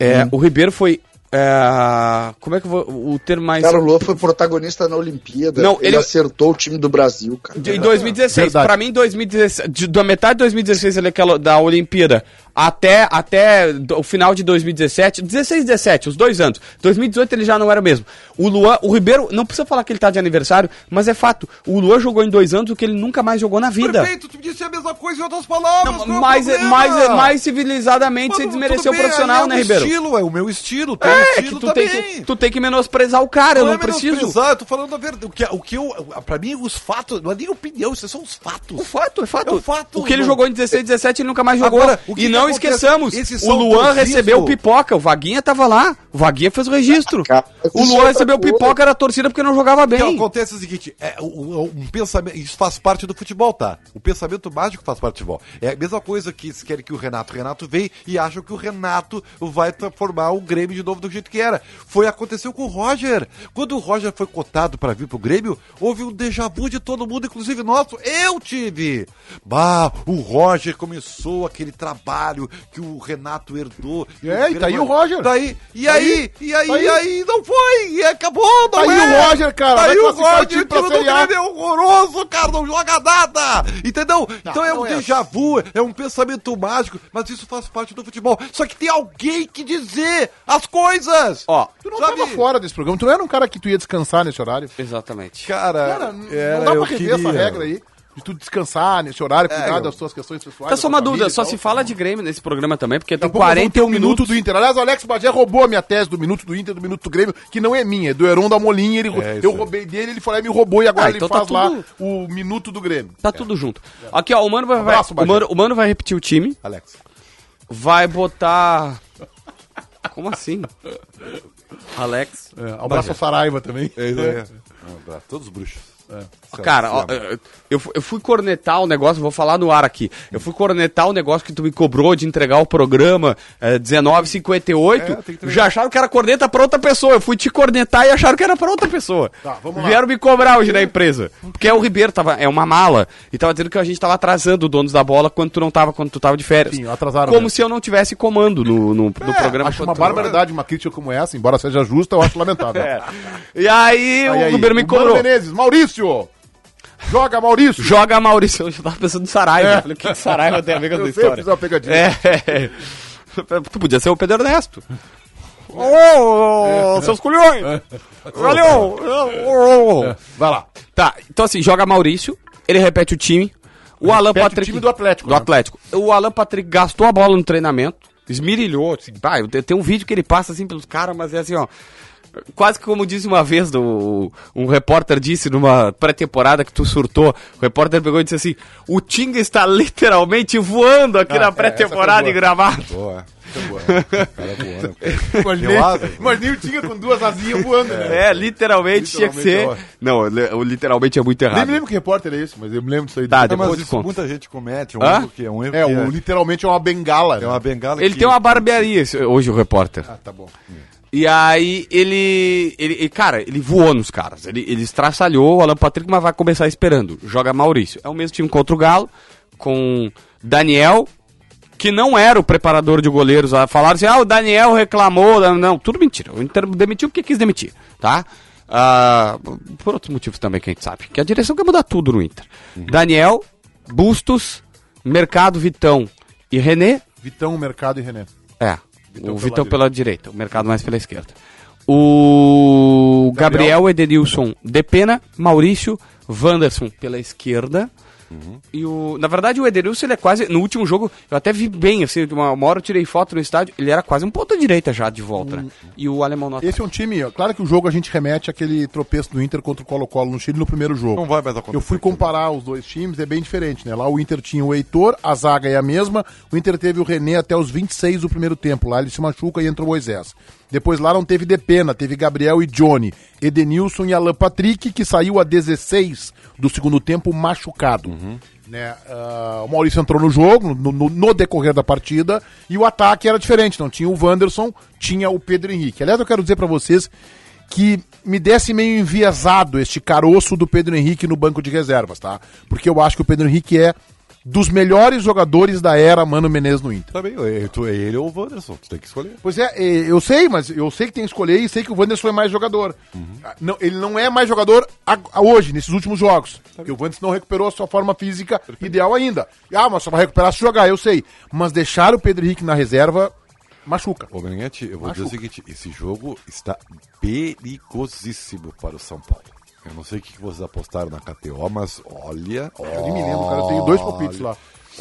Speaker 2: É, O Ribeiro foi É, como é que eu vou, o termo mais.
Speaker 4: Cara, o Lô foi protagonista na Olimpíada.
Speaker 2: Não,
Speaker 4: ele...
Speaker 2: ele-
Speaker 4: acertou o time do Brasil, cara.
Speaker 2: De- Em 2016,
Speaker 1: Verdade.
Speaker 2: pra mim, 2016, de- da metade de 2016 ali, é aquela da Olimpíada até, até do- o final de 2017, 16, 17, os dois anos. 2018 ele já não era o mesmo. O Luan, o Ribeiro, não precisa falar que ele tá de aniversário, mas é fato. O Luan jogou em dois anos o que ele nunca mais jogou na vida.
Speaker 3: Perfeito, tu disse a mesma coisa em outras palavras.
Speaker 2: Não,
Speaker 3: qual é o
Speaker 2: mais,
Speaker 3: problema?
Speaker 2: mais, mais civilizadamente,
Speaker 3: Mano,
Speaker 2: você desmereceu
Speaker 3: tudo
Speaker 2: o
Speaker 3: bem,
Speaker 2: profissional,
Speaker 3: aí
Speaker 2: né,
Speaker 3: é o
Speaker 2: Ribeiro?
Speaker 3: estilo, é o meu estilo, teu
Speaker 2: É, que
Speaker 3: estilo é
Speaker 2: tu, tem que tu tem que menosprezar o cara, eu não preciso.
Speaker 3: Eu tô falando a verdade. O que, o que eu, pra mim, os fatos, não é nem opinião, isso são os fatos.
Speaker 2: O fato, é fato.
Speaker 3: É o fato,
Speaker 2: O que ele
Speaker 3: mano.
Speaker 2: jogou em 16, 17, ele nunca mais jogou.
Speaker 3: Agora, o que
Speaker 2: e
Speaker 3: que
Speaker 2: não
Speaker 3: acontece?
Speaker 2: esqueçamos,
Speaker 3: Esses
Speaker 2: o
Speaker 3: são
Speaker 2: Luan
Speaker 3: teus
Speaker 2: recebeu
Speaker 3: riscos.
Speaker 2: pipoca, o Vaguinha tava lá, o Vaguinha fez o registro.
Speaker 4: cara, mas
Speaker 2: o
Speaker 4: isso é
Speaker 2: Luan
Speaker 4: outra
Speaker 2: recebeu
Speaker 4: coisa.
Speaker 2: pipoca, era torcida porque não jogava
Speaker 3: O que
Speaker 2: bem.
Speaker 3: acontece é o seguinte, é, o- o- um pensamento, isso faz parte do futebol, tá? O pensamento mágico faz parte do futebol. É a mesma coisa que se querem que o Renato, o Renato vem e acham que o Renato vai transformar o Grêmio de novo do jeito que era. Foi aconteceu com o Roger. Quando o Roger foi cotado pra vir pro Grêmio, houve um déjà vu de todo mundo, inclusive nosso. Eu tive. Bah, o Roger começou aquele trabalho que o Renato herdou.
Speaker 1: É,
Speaker 3: o
Speaker 1: e tá aí
Speaker 3: Grêmio-
Speaker 1: o Roger.
Speaker 3: Daí, e
Speaker 1: Tá
Speaker 3: aí,
Speaker 1: aí,
Speaker 3: e aí,
Speaker 1: tá aí.
Speaker 3: e aí, não foi, e acabou, não
Speaker 1: Tá aí
Speaker 3: é.
Speaker 1: o Roger, cara,
Speaker 3: Tá
Speaker 1: vai
Speaker 3: aí o
Speaker 1: classificar o
Speaker 3: Roger,
Speaker 1: time
Speaker 3: o
Speaker 1: pra
Speaker 3: time do
Speaker 1: Série A.
Speaker 3: Grêmio é horroroso, cara, não joga nada. Entendeu? então é
Speaker 1: não
Speaker 3: um
Speaker 1: é
Speaker 3: déjà vu, é um pensamento mágico, mas isso faz parte do futebol. Só que tem alguém que dizer as coisas.
Speaker 2: Ó,
Speaker 1: Tu não
Speaker 3: Sabe-
Speaker 1: tava fora desse programa, tu não era um cara que tu ia descansar nesse horário.
Speaker 2: exatamente.
Speaker 3: Cara, é
Speaker 1: Cara, n-
Speaker 3: era,
Speaker 1: não dá
Speaker 3: eu
Speaker 1: pra rever essa
Speaker 3: queria. É,
Speaker 1: regra aí de tu descansar nesse horário, cuidar
Speaker 3: eu-
Speaker 1: das tuas questões pessoais. da
Speaker 2: Tá só
Speaker 1: tua
Speaker 2: uma dúvida,
Speaker 1: família e
Speaker 2: só
Speaker 1: tal.
Speaker 2: se fala de Grêmio nesse programa também, porque
Speaker 1: Daqui a
Speaker 2: tem
Speaker 1: pouco nós vamos ter
Speaker 2: 41
Speaker 1: um minuto
Speaker 2: minutos.
Speaker 1: do Inter. Aliás, o Alex Bagé roubou a minha tese do minuto do Inter, do minuto do Grêmio, que não é minha, é do Heron da Molinha. Ele,
Speaker 3: É, isso
Speaker 1: eu
Speaker 3: aí.
Speaker 1: roubei dele, ele foi lá e me roubou e agora
Speaker 2: Ah,
Speaker 1: ele
Speaker 2: então tá
Speaker 1: faz lá
Speaker 2: tudo-
Speaker 1: o minuto do Grêmio.
Speaker 2: Tá tudo junto. Aqui, ó, o Mano vai,
Speaker 1: Abraço,
Speaker 2: vai- o
Speaker 1: Bagé.
Speaker 2: Mano- o Mano vai repetir o time.
Speaker 3: Alex.
Speaker 2: vai botar. Como assim? Alex.
Speaker 1: É, abraço ao Saraiva também.
Speaker 3: É isso aí. Um abraço, Todos os bruxos.
Speaker 2: Cara, ó, eu, fu- eu fui cornetar o negócio, vou falar no ar aqui. Eu fui cornetar o negócio que tu me cobrou de entregar o programa é, 1958.
Speaker 3: É, tem que entregar.
Speaker 2: já acharam que era corneta pra outra pessoa. Eu fui te cornetar e acharam que era pra outra pessoa.
Speaker 1: Tá, vamos lá.
Speaker 2: Vieram me cobrar hoje na empresa. Porque é o Ribeiro, tava, é uma mala. E tava dizendo que a gente tava atrasando o dono da bola quando tu não tava, quando tu tava de férias.
Speaker 1: Sim, atrasaram
Speaker 2: Como
Speaker 1: mesmo. É,
Speaker 2: se eu não tivesse comando no, no, no programa.
Speaker 1: acho uma
Speaker 2: quando tu-
Speaker 1: barbaridade uma crítica como essa, embora seja justa, eu acho lamentável.
Speaker 2: É. E
Speaker 1: Aí,
Speaker 2: aí, o
Speaker 1: aí,
Speaker 2: Ribeiro me
Speaker 1: Mano
Speaker 2: cobrou.
Speaker 1: Menezes, Maurício! Joga, Maurício!
Speaker 2: Joga Maurício. Eu tava pensando no Saraiva. Eu Falei, o que, que Saraiva tem a ver com essa
Speaker 1: Eu sei, eu
Speaker 2: história?
Speaker 1: fiz uma pegadinha.
Speaker 2: É. Tu podia ser o Pedro É. Ernesto. Ô, seus culhões! Valeu! Ô, ô.
Speaker 1: Vai lá.
Speaker 2: Tá, então assim, joga Maurício, ele repete o time. O Alan
Speaker 1: Repete o
Speaker 2: Patrick.
Speaker 1: time do Atlético,
Speaker 2: Do
Speaker 1: né?
Speaker 2: Atlético. O Alan Patrick gastou a bola no treinamento, esmirilhou. Assim, pá, eu te- tem um vídeo que ele passa assim pelos caras, mas é assim, ó. Quase que como disse uma vez, do, um repórter disse numa pré-temporada que tu surtou, o repórter pegou e disse assim, o Tinga está literalmente voando
Speaker 1: Ah,
Speaker 2: aqui
Speaker 1: é,
Speaker 2: na pré-temporada em gramado.
Speaker 3: Boa. Cara, boa, né?
Speaker 1: Imaginei,
Speaker 3: Pelado?
Speaker 1: imaginei o Tinga com duas asinhas voando, né?
Speaker 2: Tá É, literalmente, tinha que ser...
Speaker 3: Literalmente,
Speaker 2: Não, li- o literalmente é muito
Speaker 1: Nem me
Speaker 2: errado.
Speaker 1: lembro que repórter é esse, mas eu me lembro disso aí.
Speaker 2: Tá,
Speaker 3: Não,
Speaker 2: depois
Speaker 3: mas
Speaker 2: te
Speaker 3: isso
Speaker 2: conto.
Speaker 3: muita gente comete, é um
Speaker 2: Hã?
Speaker 3: erro que é um erro
Speaker 1: É,
Speaker 3: que
Speaker 1: o, literalmente é uma bengala.
Speaker 3: é uma bengala
Speaker 2: Ele
Speaker 3: que-
Speaker 2: tem uma barbearia, esse- hoje o repórter.
Speaker 1: Ah, tá bom.
Speaker 2: E aí ele, ele, ele- Cara, ele voou nos caras. Ele, ele estraçalhou o Alan Patrick, mas vai começar esperando. Joga Maurício. É o mesmo time contra o Galo, com Daniel, que não era o preparador de goleiros. Ah, Falaram assim: ah, o Daniel reclamou. Não, Não, tudo mentira. O Inter demitiu porque quis demitir, tá? Ah, por outros motivos também que a gente sabe. Que a direção quer mudar tudo no Inter. Daniel, Bustos, Mercado, Vitão e René
Speaker 1: Vitão, Mercado e René.
Speaker 2: é. o Vitão pela direita, o mercado mais pela esquerda. O Gabriel Edenilson de Pena, Maurício Wanderson pela esquerda. E o, na verdade, o Edenilson ele é quase. No último jogo, eu até vi bem, assim, uma, uma hora eu tirei foto no estádio, ele era quase um ponta-direita já de volta. né? E o alemão não
Speaker 1: Esse é um time, ó, claro que o jogo a gente remete àquele tropeço do Inter contra o Colo-Colo no Chile no primeiro jogo.
Speaker 3: Não vai mais acontecer.
Speaker 1: Eu fui comparar os dois times, é bem diferente, né? Lá o Inter tinha o Heitor, a zaga é a mesma, o Inter teve o René até os 26 do primeiro tempo, lá ele se machuca e entra o Moisés. Depois lá não teve Depena, teve Gabriel e Johnny, Edenilson e Alan Patrick, que saiu a 16 do segundo tempo machucado.
Speaker 3: Uhum.
Speaker 1: Né? Ah, o Maurício entrou no jogo, no, no- no decorrer da partida, e o ataque era diferente, não tinha o Wanderson, tinha o Pedro Henrique. Aliás, eu quero dizer pra vocês que me desse meio enviesado este caroço do Pedro Henrique no banco de reservas, tá? Porque eu acho que o Pedro Henrique é dos melhores jogadores da era Mano Menezes no Inter.
Speaker 3: Também, é, tu- é ele ou o Wanderson, tu tem que escolher.
Speaker 1: Pois é, é, eu sei, mas eu sei que tem que escolher e sei que o Wanderson é mais jogador.
Speaker 3: Uhum.
Speaker 1: Ah, Não, ele não é mais jogador a- a hoje, nesses últimos jogos.
Speaker 3: Tá.
Speaker 1: Porque o Wanderson não recuperou a sua forma física ideal ainda. Ah, mas só vai recuperar se jogar, eu sei. Mas deixar o Pedro Henrique na reserva machuca.
Speaker 3: Ô, Meneghetti, eu vou dizer o
Speaker 1: Machuca.
Speaker 3: seguinte: esse jogo está perigosíssimo para o São Paulo. Eu não sei o que vocês apostaram na KTO, mas olha.
Speaker 1: Eu nem me lembro, cara. Eu tenho dois palpites lá.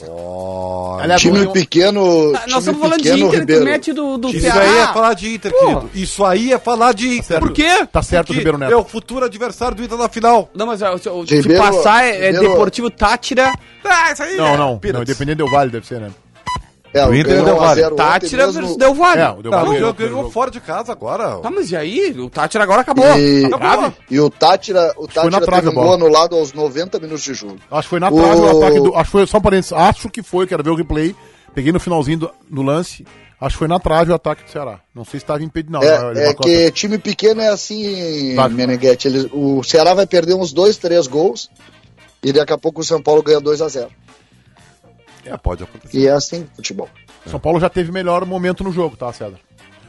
Speaker 3: Olha.
Speaker 1: Aliás, um-
Speaker 4: time
Speaker 1: ontem-
Speaker 4: pequeno.
Speaker 2: Ah,
Speaker 4: time
Speaker 2: Nós estamos falando de
Speaker 4: pequeno,
Speaker 2: Inter, tu
Speaker 4: Ribeiro.
Speaker 2: mete do, do
Speaker 3: Isso
Speaker 2: Ceará.
Speaker 3: aí é falar de Inter,
Speaker 2: Porra.
Speaker 3: querido. Isso aí é falar de Inter.
Speaker 2: Por quê?
Speaker 1: Tá certo,
Speaker 3: Porque
Speaker 1: Ribeiro Neto.
Speaker 3: É o futuro adversário do Inter na final.
Speaker 2: Não, mas ó, se, ó, se
Speaker 4: Ribeiro-
Speaker 2: passar é, é
Speaker 4: Ribeiro-
Speaker 2: Deportivo Tátira.
Speaker 3: Ah, isso aí
Speaker 1: Não, não. Não,
Speaker 3: Pênaltis.
Speaker 1: Independente do Vale deve ser, né?
Speaker 4: É,
Speaker 3: O
Speaker 4: o
Speaker 3: Inter
Speaker 4: Inter
Speaker 3: deu
Speaker 4: deu
Speaker 3: vale.
Speaker 4: 1x0.
Speaker 2: Tátira versus Del Valle.
Speaker 1: É, o Del
Speaker 3: Ah, Não,
Speaker 1: Valle
Speaker 3: o
Speaker 1: ganhou.
Speaker 3: jogo ganhou fora de casa agora.
Speaker 2: Tá, mas e aí? O Tátira agora acabou.
Speaker 4: E,
Speaker 2: Tá bom.
Speaker 4: e o Tátira, o
Speaker 1: na
Speaker 4: Tátira
Speaker 1: trave
Speaker 4: teve
Speaker 1: a
Speaker 4: um
Speaker 1: bola.
Speaker 4: gol anulado aos 90 minutos de jogo.
Speaker 1: Acho que foi na
Speaker 4: O-
Speaker 1: trave o ataque do. Acho que foi só um parênteses. Acho que foi, quero ver o replay. Peguei no finalzinho do, no lance. Acho que foi na trave o ataque do Ceará. Não sei se estava impedido, não. né? Ele
Speaker 4: É, é
Speaker 1: marcou
Speaker 4: que time pequeno é assim,
Speaker 1: Tá.
Speaker 4: Meneghetti. Ele- o Ceará vai perder uns 2, 3 gols e daqui a pouco o São Paulo ganha 2x0.
Speaker 3: É, pode acontecer.
Speaker 4: E é assim o futebol.
Speaker 1: a- São Paulo já teve melhor momento no jogo, tá, César?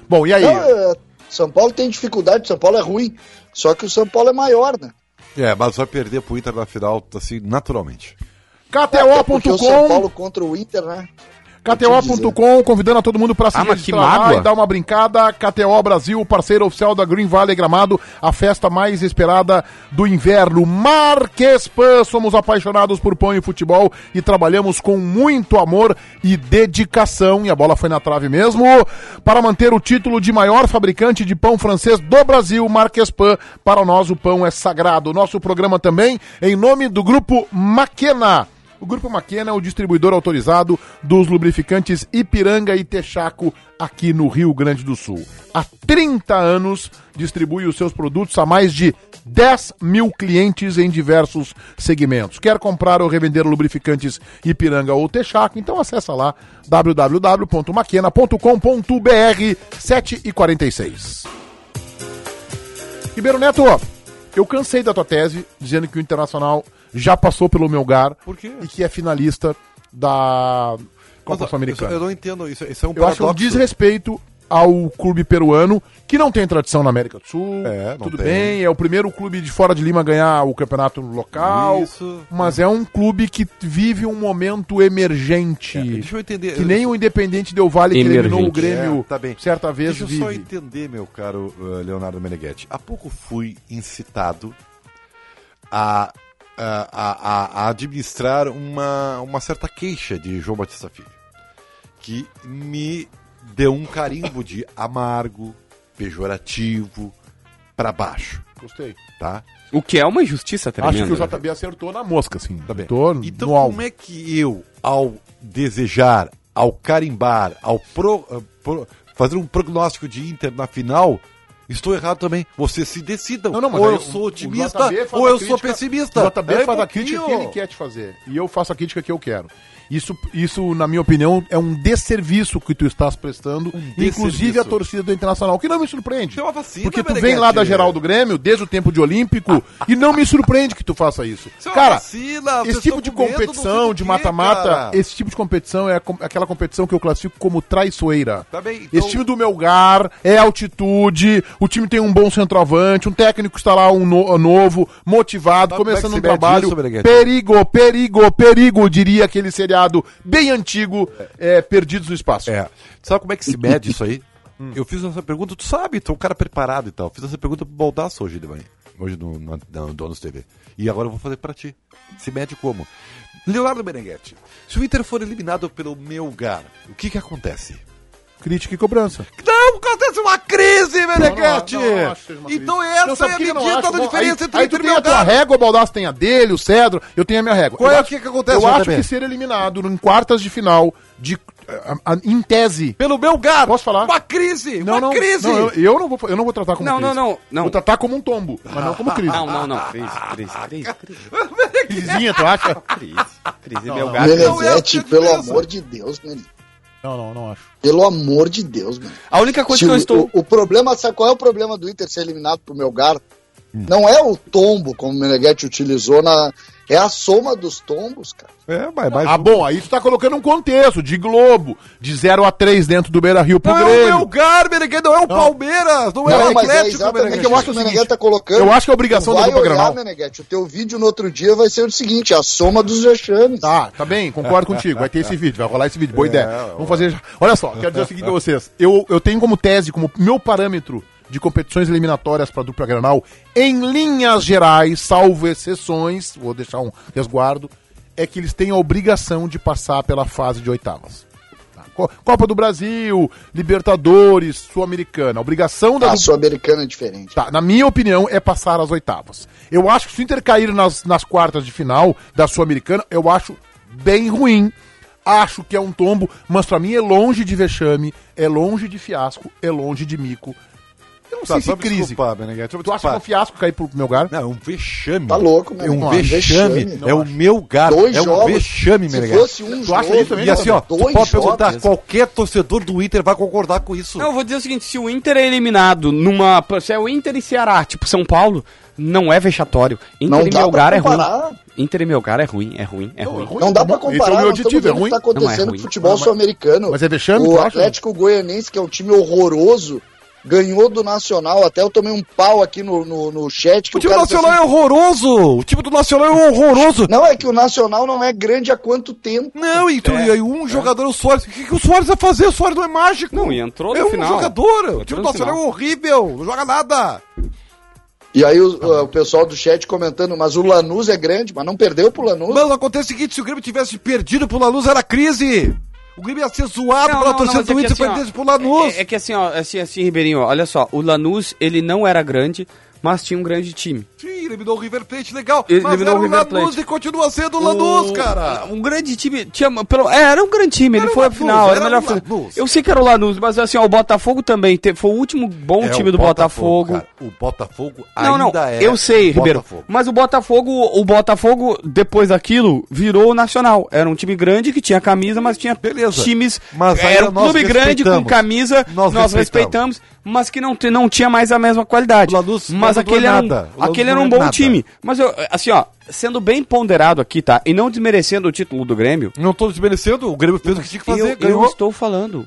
Speaker 1: Bom, e aí?
Speaker 4: Então, é, São Paulo tem dificuldade, São Paulo é ruim. Só que o São Paulo é maior, né?
Speaker 3: É, mas vai perder pro Inter na final, assim, naturalmente.
Speaker 4: é, Porque o São
Speaker 1: KTO.com,
Speaker 4: Paulo contra o Inter, né?
Speaker 1: KTO.com, convidando a todo mundo para se
Speaker 2: Ah, mas que
Speaker 1: registrar
Speaker 2: mágoa.
Speaker 1: e dar uma brincada. KTO Brasil, parceiro oficial da Green Valley Gramado, a festa mais esperada do inverno. Marquespan, somos apaixonados por pão e futebol e trabalhamos com muito amor e dedicação. E a bola foi na trave mesmo. Para manter o título de maior fabricante de pão francês do Brasil, Marquespan, para nós o pão é sagrado. Nosso programa também, em nome do grupo Maquena. O Grupo Maquena é o distribuidor autorizado dos lubrificantes Ipiranga e Texaco aqui no Rio Grande do Sul. Há 30 anos distribui os seus produtos a mais de 10 mil clientes em diversos segmentos. Quer comprar ou revender lubrificantes Ipiranga ou Texaco? Então acessa lá www.maquena.com.br 7h46. Ribeiro Neto, eu cansei da tua tese dizendo que o Internacional já passou pelo meu lugar
Speaker 3: Por quê?
Speaker 1: e que é finalista da Copa
Speaker 3: Mas,
Speaker 1: Sul-Americana.
Speaker 3: Eu, eu
Speaker 1: Eu,
Speaker 3: não entendo isso. Isso é um
Speaker 1: acho um desrespeito ao clube peruano, que não tem tradição na América do Sul.
Speaker 3: É, não
Speaker 1: tudo
Speaker 3: tem.
Speaker 1: bem, é o primeiro clube de fora de Lima a ganhar o campeonato local.
Speaker 3: Isso.
Speaker 1: Mas é um clube que vive um momento emergente.
Speaker 3: É, deixa eu entender.
Speaker 1: Que nem o Independente Del Vale que eliminou o
Speaker 2: Emergente.
Speaker 1: Grêmio
Speaker 3: É, tá bem.
Speaker 1: certa vez
Speaker 3: Deixa eu só
Speaker 1: vive.
Speaker 3: entender, meu caro eh, Leonardo Meneghetti. Há pouco fui incitado a, a- a- a- a administrar uma, uma certa queixa de João Batista Filho, que me deu um carimbo de amargo, pejorativo, pra baixo,
Speaker 1: Gostei.
Speaker 3: tá?
Speaker 2: O que é uma injustiça tremenda.
Speaker 1: Acho que o
Speaker 2: né?
Speaker 1: JB acertou na mosca, assim.
Speaker 3: Tá bem.
Speaker 1: Tô
Speaker 3: Então,
Speaker 1: no alvo.
Speaker 3: como é que eu, ao desejar, ao carimbar, ao pro- ah, pro- fazer um prognóstico de Inter na final, estou errado também? Vocês se decidam.
Speaker 1: Não, não, mas
Speaker 3: ou
Speaker 1: aí
Speaker 3: eu
Speaker 1: o-
Speaker 3: sou
Speaker 1: o
Speaker 3: otimista,
Speaker 1: JB faz
Speaker 3: ou
Speaker 1: a
Speaker 3: eu sou
Speaker 1: crítica-
Speaker 3: pessimista.
Speaker 1: O JB
Speaker 3: É
Speaker 1: faz a
Speaker 3: pouquinho.
Speaker 1: crítica que ele quer te fazer. E eu faço a crítica que eu quero. Isso, isso, na minha opinião, é um desserviço que tu estás prestando, inclusive
Speaker 3: Um desserviço.
Speaker 1: a torcida do Internacional, que não me surpreende.
Speaker 3: Tem uma vacina,
Speaker 1: porque tu vem
Speaker 3: Meneghete.
Speaker 1: lá da geral do Grêmio, desde o tempo de Olímpico, e não me surpreende que tu faça isso.
Speaker 3: Isso é uma
Speaker 1: Cara,
Speaker 3: vacina, vocês
Speaker 1: esse tipo
Speaker 3: estão
Speaker 1: de
Speaker 3: com medo, não sei
Speaker 1: competição,
Speaker 3: do
Speaker 1: de
Speaker 3: quê,
Speaker 1: mata-mata,
Speaker 3: cara.
Speaker 1: esse tipo de competição é a com- aquela competição que eu classifico como traiçoeira.
Speaker 3: Tá bem, então-
Speaker 1: Esse time do Melgar é altitude, o time tem um bom centroavante, um técnico está lá um no- novo, motivado,
Speaker 3: Mas como é que
Speaker 1: começando
Speaker 3: se
Speaker 1: um
Speaker 3: mede
Speaker 1: trabalho.
Speaker 3: isso, Beneguete?
Speaker 1: perigo, perigo, perigo, diria aquele seriado bem antigo, é, Perdidos no Espaço.
Speaker 3: É. Sabe como é que se mede isso aí? Eu fiz essa pergunta, tu sabe, tu é um cara preparado e tal. Fiz essa pergunta pro Baldasso hoje de manhã, hoje no, no, no Donos TV. E agora eu vou fazer pra ti. Se mede como? Leonardo Meneghetti, se o Inter for eliminado pelo Melgar, o que que acontece?
Speaker 1: Crítica e cobrança.
Speaker 3: Não, acontece uma crise, Meneghetti!
Speaker 1: Não, não, não, não acho que seja uma crise.
Speaker 3: Então essa
Speaker 1: Não, sabe
Speaker 3: é a
Speaker 1: por que eu não
Speaker 3: medida
Speaker 1: acho?
Speaker 3: da
Speaker 1: Bom, aí,
Speaker 3: diferença entre o
Speaker 1: aí tu
Speaker 3: Inter e
Speaker 1: tem
Speaker 3: o
Speaker 1: a tua
Speaker 3: Melgar.
Speaker 1: régua, o Baldasso tem a dele, o Cedro, eu tenho a minha régua.
Speaker 3: Qual
Speaker 1: Eu
Speaker 3: é o
Speaker 1: acho-
Speaker 3: que que acontece,
Speaker 1: Eu acho
Speaker 3: JB?
Speaker 1: que ser eliminado em quartas de final, de, a- a- em tese,
Speaker 3: Pelo Melgar!
Speaker 1: Posso falar?
Speaker 3: Uma crise!
Speaker 1: Não,
Speaker 3: uma
Speaker 1: não,
Speaker 3: crise!
Speaker 1: não, eu, eu não vou, eu não vou tratar como
Speaker 2: Não,
Speaker 1: crise.
Speaker 2: não, não, não.
Speaker 1: Vou tratar como um tombo, mas não como crise.
Speaker 2: Não, não, não. Cris, Cris, Cris, Cris,
Speaker 1: Crisinha, tu acha?
Speaker 2: Cris. Cris e
Speaker 1: Não,
Speaker 2: Belgar.
Speaker 3: Não é o que
Speaker 4: Meneghetti,
Speaker 3: eu
Speaker 4: pelo
Speaker 3: penso.
Speaker 4: amor de Deus, menino.
Speaker 1: Não, não, não acho.
Speaker 4: Pelo amor de Deus, menino.
Speaker 2: A única coisa
Speaker 4: Se
Speaker 2: que eu
Speaker 4: o-
Speaker 2: estou...
Speaker 4: o, o problema, sabe qual é o problema do Inter ser eliminado pro Melgar? Não é o tombo, como o Meneghetti utilizou na, É a soma dos tombos, cara.
Speaker 3: É, mas, mas
Speaker 1: Ah, bom, aí tu tá colocando um contexto de Globo, de 0 a 3 dentro do Beira Rio pro
Speaker 3: Não é o
Speaker 1: Grêmio.
Speaker 3: meu Garber, que não é o Palmeiras, não, é
Speaker 4: Não,
Speaker 3: o
Speaker 4: mas é
Speaker 3: Atlético,
Speaker 4: exatamente
Speaker 3: Meneghete.
Speaker 4: o que eu acho que o Meneghete tá colocando.
Speaker 1: Eu acho que é obrigação da
Speaker 4: vai
Speaker 1: Copa
Speaker 4: olhar,
Speaker 1: Granal.
Speaker 4: Meneghete, o teu vídeo no outro dia vai ser o seguinte, a soma dos vexames.
Speaker 1: Tá, tá bem, concordo contigo. Vai ter esse vídeo, vai rolar esse vídeo. Boa ideia. Vamos fazer. já. Olha só, quero dizer o seguinte pra vocês. Eu, eu tenho como tese, como meu parâmetro de competições eliminatórias para dupla granal, em linhas gerais, salvo exceções, vou deixar um resguardo, é que eles têm a obrigação de passar pela fase de oitavas. Tá? Co- Copa do Brasil, Libertadores, Sul-Americana. A Obrigação da
Speaker 4: A
Speaker 1: dupla-
Speaker 4: sul-americana é diferente.
Speaker 1: Tá, na minha opinião, é passar às oitavas. Eu acho que se o Inter cair nas, nas quartas de final da Sul-Americana, eu acho bem ruim. Acho que é um tombo, mas pra mim é longe de vexame, é longe de fiasco, é longe de mico. Eu não
Speaker 3: Tá,
Speaker 1: sei
Speaker 3: só
Speaker 1: se
Speaker 3: me
Speaker 1: crise.
Speaker 3: desculpar, Meneghete, só me
Speaker 1: Tu acha que é um
Speaker 3: desculpar.
Speaker 1: fiasco cair pro meu lugar?
Speaker 3: Não, é um vexame.
Speaker 4: Tá louco,
Speaker 3: É um
Speaker 4: Meneghete.
Speaker 3: vexame.
Speaker 4: Vexame,
Speaker 3: É o meu Garber,
Speaker 4: Dois
Speaker 3: é um
Speaker 4: jogos.
Speaker 3: vexame,
Speaker 4: Se
Speaker 3: Meneghete.
Speaker 4: fosse um
Speaker 1: Tu acha
Speaker 4: jogo,
Speaker 1: isso também,
Speaker 3: E assim, ó, tu
Speaker 4: dois
Speaker 3: pode perguntar,
Speaker 4: jogos.
Speaker 3: qualquer torcedor do Inter vai concordar com isso.
Speaker 2: Não, eu vou dizer o seguinte, se o Inter é eliminado numa... Se é o Inter e Ceará, tipo São Paulo, não é vexatório. Inter
Speaker 4: Não
Speaker 2: e
Speaker 4: dá
Speaker 2: Melgar
Speaker 4: pra
Speaker 2: é ruim.
Speaker 4: comparar.
Speaker 2: Inter e Melgar é ruim, é ruim, é ruim.
Speaker 4: Não dá pra comparar.
Speaker 1: Esse é o meu
Speaker 4: nós estamos
Speaker 1: objetivo, é
Speaker 4: vendo o que
Speaker 1: ruim.
Speaker 2: Não,
Speaker 4: Tá
Speaker 2: é
Speaker 4: acontecendo
Speaker 2: ruim.
Speaker 4: no futebol sul-americano.
Speaker 1: mas é vexame, tu
Speaker 4: O
Speaker 1: acha?
Speaker 4: Atlético Goianense, que é um time horroroso, ganhou do Nacional. Até eu tomei um pau aqui no, no, no chat. Que
Speaker 3: O time
Speaker 4: cara
Speaker 2: tá
Speaker 3: nacional
Speaker 4: disse
Speaker 3: é
Speaker 2: assim.
Speaker 3: horroroso! O time do Nacional é horroroso!
Speaker 4: assim, Não, é que o Nacional não é grande há quanto tempo.
Speaker 3: Não, e,
Speaker 1: É.
Speaker 3: tu, e aí um jogador, o Soares. O que, que o Soares vai fazer? O Soares não é mágico!
Speaker 2: Não, e entrou no
Speaker 3: é um
Speaker 2: final.
Speaker 3: jogador! o
Speaker 2: Entrou
Speaker 3: time do
Speaker 2: no
Speaker 3: Nacional
Speaker 2: final.
Speaker 3: é horrível! Não joga nada!
Speaker 4: E aí o, o pessoal do chat comentando, mas o Lanús é grande, mas não perdeu pro Lanús.
Speaker 3: Mano, acontece o seguinte: se o Grêmio tivesse perdido pro Lanús, era crise! O Grêmio ia ser zoado
Speaker 2: Não,
Speaker 3: pela
Speaker 2: não, não,
Speaker 3: torcida
Speaker 2: mas é
Speaker 3: do
Speaker 2: que
Speaker 3: Inter
Speaker 2: assim, ó,
Speaker 3: perdesse pro Lanús!
Speaker 2: É, é que assim, ó, assim, assim, Ribeirinho, ó, olha só, o Lanús, ele não era grande, mas tinha um grande time.
Speaker 3: Sim, eliminou o River Plate, legal!
Speaker 2: Ele
Speaker 3: mas
Speaker 2: eliminou
Speaker 3: era
Speaker 2: o
Speaker 3: o
Speaker 2: River
Speaker 3: Lanús
Speaker 2: Plate.
Speaker 3: e continua sendo o Lanús, cara!
Speaker 2: Um grande time, tinha, pelo, é, era um grande time,
Speaker 3: Era
Speaker 2: ele
Speaker 3: o
Speaker 2: foi à
Speaker 3: Lanús,
Speaker 2: final, era,
Speaker 3: era
Speaker 2: o melhor.
Speaker 3: o
Speaker 2: foi-
Speaker 3: Lanús.
Speaker 2: Eu sei que era o Lanús, mas assim, ó, o Botafogo também teve- foi o último bom
Speaker 3: É,
Speaker 2: time do Botafogo.
Speaker 3: cara, o Botafogo é
Speaker 2: Não, não, eu sei, Ribeiro. Mas o Botafogo, o Botafogo, depois daquilo, virou o Nacional. Era um time grande que tinha camisa, mas tinha
Speaker 3: Beleza.
Speaker 2: times.
Speaker 3: Mas aí
Speaker 2: era um
Speaker 3: nós
Speaker 2: clube grande com
Speaker 3: respeitamos.
Speaker 2: camisa,
Speaker 3: Nós
Speaker 2: nós,
Speaker 3: respeitamos.
Speaker 2: respeitamos. mas que não, te- não tinha mais a mesma qualidade.
Speaker 3: O Lanús-
Speaker 2: mas
Speaker 3: Lanús
Speaker 2: aquele
Speaker 3: não é
Speaker 2: era um,
Speaker 3: nada. O Lanús
Speaker 2: aquele era
Speaker 3: não
Speaker 2: um
Speaker 3: é
Speaker 2: bom
Speaker 3: nada.
Speaker 2: time. Mas eu, assim, ó, sendo bem ponderado aqui, tá? E não desmerecendo o título do Grêmio,
Speaker 3: Não tô desmerecendo, o Grêmio fez o que tinha que fazer,
Speaker 2: eu, eu estou falando.